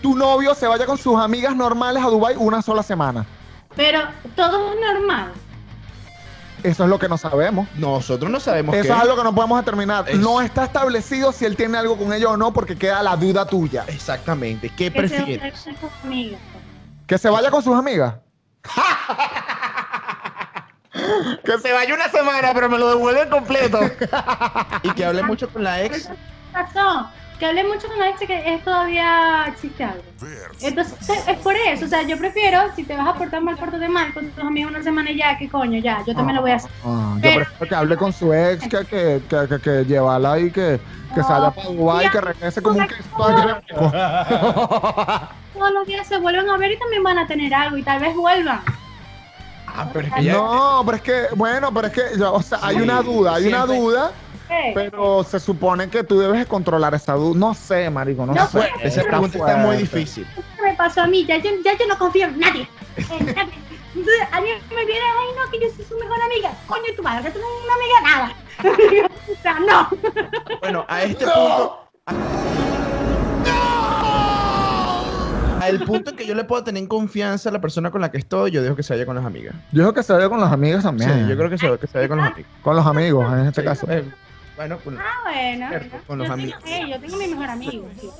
Speaker 3: tu novio se vaya con sus amigas normales a Dubai una sola semana.
Speaker 2: Pero todo es normal.
Speaker 3: Eso es lo que no sabemos.
Speaker 5: Nosotros no sabemos qué.
Speaker 3: Eso es algo que no podemos determinar.
Speaker 5: Es-
Speaker 3: No está establecido si él tiene algo con ella o no, porque queda la duda tuya.
Speaker 5: Exactamente. ¿Qué
Speaker 2: Que se otra
Speaker 5: prefieres?
Speaker 2: conmigo.
Speaker 3: Que se vaya con sus amigas.
Speaker 5: Que se vaya una semana, pero me lo devuelven completo. y que hable mucho con la ex.
Speaker 2: Razón. que hablé mucho con Alexa que es todavía chisteable. Entonces, es por eso. O sea, yo prefiero, si te vas a portar mal, pórtate mal con tus amigos una semana y ya, que coño, ya, yo también lo voy a hacer.
Speaker 3: Ah, yo
Speaker 2: Pero-
Speaker 3: prefiero que hable con su ex que, que, que, que, que llevarla y que, que
Speaker 2: No.
Speaker 3: salga para Dubái y que
Speaker 2: Ya,
Speaker 3: regrese como un
Speaker 2: correcto.
Speaker 3: queso agrio.
Speaker 2: Todos los días se vuelven a ver y también van a tener algo y tal vez vuelvan.
Speaker 6: Ah, pero es que ya-
Speaker 3: No, pero es que, bueno, pero es que, o sea, hay
Speaker 6: Sí,
Speaker 3: una duda, hay una
Speaker 6: siempre.
Speaker 3: duda,
Speaker 2: ¿eh?
Speaker 3: pero se supone que tú debes controlar esa duda. No sé, marico, no,
Speaker 2: No
Speaker 3: sé.
Speaker 2: sé.
Speaker 5: Esa pregunta está muy
Speaker 3: fuerte.
Speaker 5: difícil.
Speaker 2: ¿Qué me pasó a mí? Ya yo, ya yo no confío en nadie. En nadie. Entonces, alguien me viene, ay no, que yo soy su mejor amiga. Coño, y tu madre, que tú no eres una amiga, nada. o sea, no.
Speaker 5: Bueno, a este punto. Al punto en que yo le puedo tener confianza a la persona con la que estoy, yo dejo que se vaya con las amigas.
Speaker 3: Yo creo que se ve con los amigos
Speaker 5: Sí,
Speaker 3: también.
Speaker 5: yo creo que se, que se vaya con las amigas.
Speaker 3: Con los amigos, en este
Speaker 5: Sí,
Speaker 3: caso.
Speaker 5: eh, bueno, con-
Speaker 2: Ah, bueno.
Speaker 5: Cierto, con los
Speaker 2: yo,
Speaker 5: amigos.
Speaker 2: Tengo, eh, yo tengo mi mejor amigo. tío.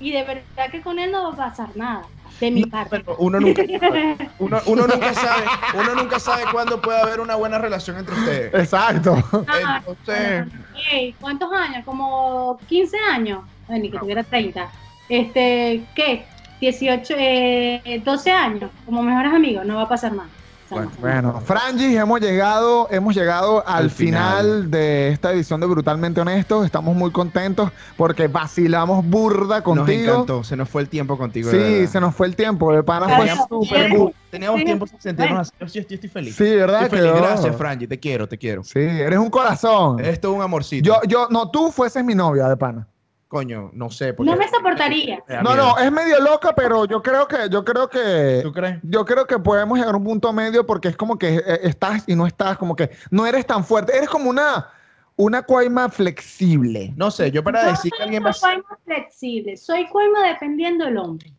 Speaker 2: Y de verdad que con él no va a pasar nada. De mi parte.
Speaker 5: pero uno nunca sabe. Uno, uno nunca sabe, uno nunca sabe cuándo puede haber una buena relación entre ustedes.
Speaker 3: Exacto.
Speaker 2: Ah,
Speaker 5: Entonces,
Speaker 2: Ey, ¿Cuántos años? Como 15 años. Bueno, ni que tuviera 30. Este, ¿qué? 18, eh, 12 años. Como mejores amigos, no va a pasar nada. O sea, no pasa nada.
Speaker 3: Bueno, Frangis, hemos llegado, hemos llegado al,
Speaker 6: Al
Speaker 3: final.
Speaker 6: final.
Speaker 3: de esta edición de Brutalmente Honestos. Estamos muy contentos porque vacilamos burda
Speaker 5: nos
Speaker 3: contigo.
Speaker 5: encantó, se nos fue el tiempo contigo. de
Speaker 3: sí,
Speaker 5: verdad.
Speaker 3: se nos fue el tiempo. De pana fue
Speaker 5: Teníamos,
Speaker 2: Claro.
Speaker 3: súper
Speaker 5: tiempo-
Speaker 3: bu-
Speaker 5: teníamos
Speaker 2: Sí.
Speaker 5: tiempo sin sentirnos así. Yo, yo- yo estoy feliz.
Speaker 3: Sí, ¿verdad?
Speaker 5: Estoy feliz.
Speaker 3: Quedó.
Speaker 5: Gracias, Franji. Te quiero, te quiero.
Speaker 3: Sí, eres un corazón.
Speaker 5: Esto es un amorcito.
Speaker 3: Yo, yo, no, tú fueses mi novia de pana.
Speaker 5: coño, no sé. porque-
Speaker 2: No me soportaría.
Speaker 5: Me da
Speaker 3: No,
Speaker 5: miedo.
Speaker 3: no, es medio loca, pero yo creo que, yo creo que,
Speaker 5: ¿Tú crees?
Speaker 3: yo creo que podemos llegar a un punto medio porque es como que eh, estás y no estás, como que no eres tan fuerte. Eres como una, una cuaima flexible.
Speaker 5: No sé, yo para
Speaker 2: Yo
Speaker 5: decir que
Speaker 2: soy
Speaker 5: alguien va
Speaker 2: una
Speaker 5: a ser-
Speaker 2: cuaima flexible. Soy cuaima dependiendo del hombre.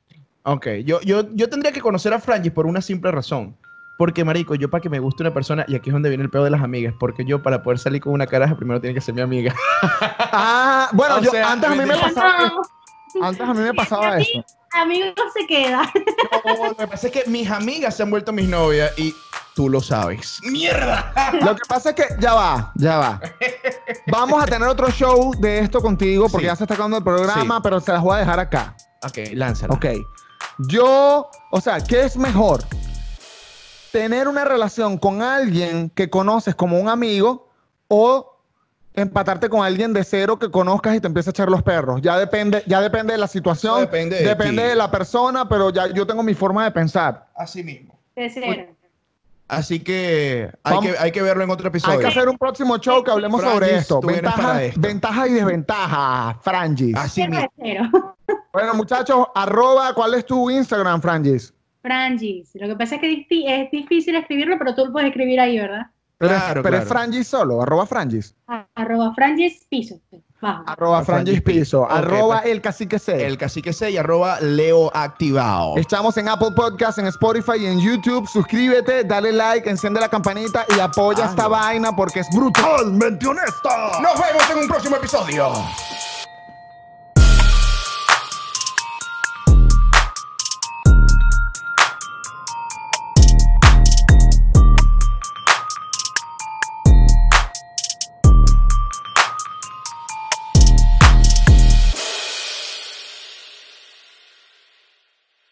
Speaker 5: Ok, yo, yo, yo tendría que conocer a Franji por una simple razón. Porque, marico, yo para que me guste una persona, y aquí es donde viene el pedo de las amigas, porque yo para poder salir con una caraja primero tiene que ser mi amiga.
Speaker 3: Ah, bueno,
Speaker 5: O
Speaker 3: yo,
Speaker 5: sea,
Speaker 3: antes a mí me
Speaker 5: vende-
Speaker 2: Pero
Speaker 3: pasaba
Speaker 2: no,
Speaker 3: Antes a mí me pasaba
Speaker 2: a mí-
Speaker 3: eso.
Speaker 2: amigo se queda.
Speaker 5: No, lo que pasa es que mis amigas se han vuelto mis novias y tú lo sabes. ¡Mierda!
Speaker 3: Lo que pasa es que ya va, ya va. Vamos a tener otro show de esto contigo porque
Speaker 5: Sí.
Speaker 3: ya se está acabando el programa,
Speaker 5: Sí.
Speaker 3: pero se las voy a dejar acá.
Speaker 5: Ok, lánzala.
Speaker 3: Ok. Yo, o sea, ¿qué es mejor? Tener una relación con alguien que conoces como un amigo o empatarte con alguien de cero que conozcas y te empieza a echar los perros. Ya depende, ya depende de la situación,
Speaker 5: depende de ti.
Speaker 3: de la persona, pero ya yo tengo mi forma de pensar.
Speaker 5: Así mismo.
Speaker 2: De cero.
Speaker 5: Así que hay,
Speaker 3: Vamos.
Speaker 5: que hay que verlo en otro episodio.
Speaker 3: Hay que hacer un próximo show que hablemos
Speaker 5: Frangis,
Speaker 3: sobre esto.
Speaker 5: tú eres
Speaker 3: Ventajas
Speaker 5: para esto.
Speaker 3: ventajas y desventajas, Frangis.
Speaker 5: Así
Speaker 2: Cero
Speaker 5: mismo.
Speaker 2: de cero.
Speaker 3: Bueno, muchachos, arroba, ¿cuál es tu Instagram, Frangis?
Speaker 2: Frangis. Lo que pasa es que es di- es difícil escribirlo, pero tú lo puedes escribir ahí, ¿verdad?
Speaker 3: Pero, es-
Speaker 5: Claro,
Speaker 3: pero es
Speaker 5: claro.
Speaker 3: Frangis solo, arroba Frangis.
Speaker 2: A- Arroba Frangis piso. Bajo.
Speaker 3: Arroba Frangis
Speaker 5: Frangis
Speaker 3: Piso,
Speaker 5: Piso. Ok,
Speaker 3: arroba
Speaker 5: pues.
Speaker 3: el cacique C.
Speaker 5: El cacique 6 arroba Leo Activado.
Speaker 3: Estamos en Apple Podcast, en Spotify y en YouTube. Suscríbete, dale like, enciende la campanita y
Speaker 5: Ah,
Speaker 3: apoya esta vaina porque es brutalmente honesta.
Speaker 5: Nos vemos en un próximo episodio.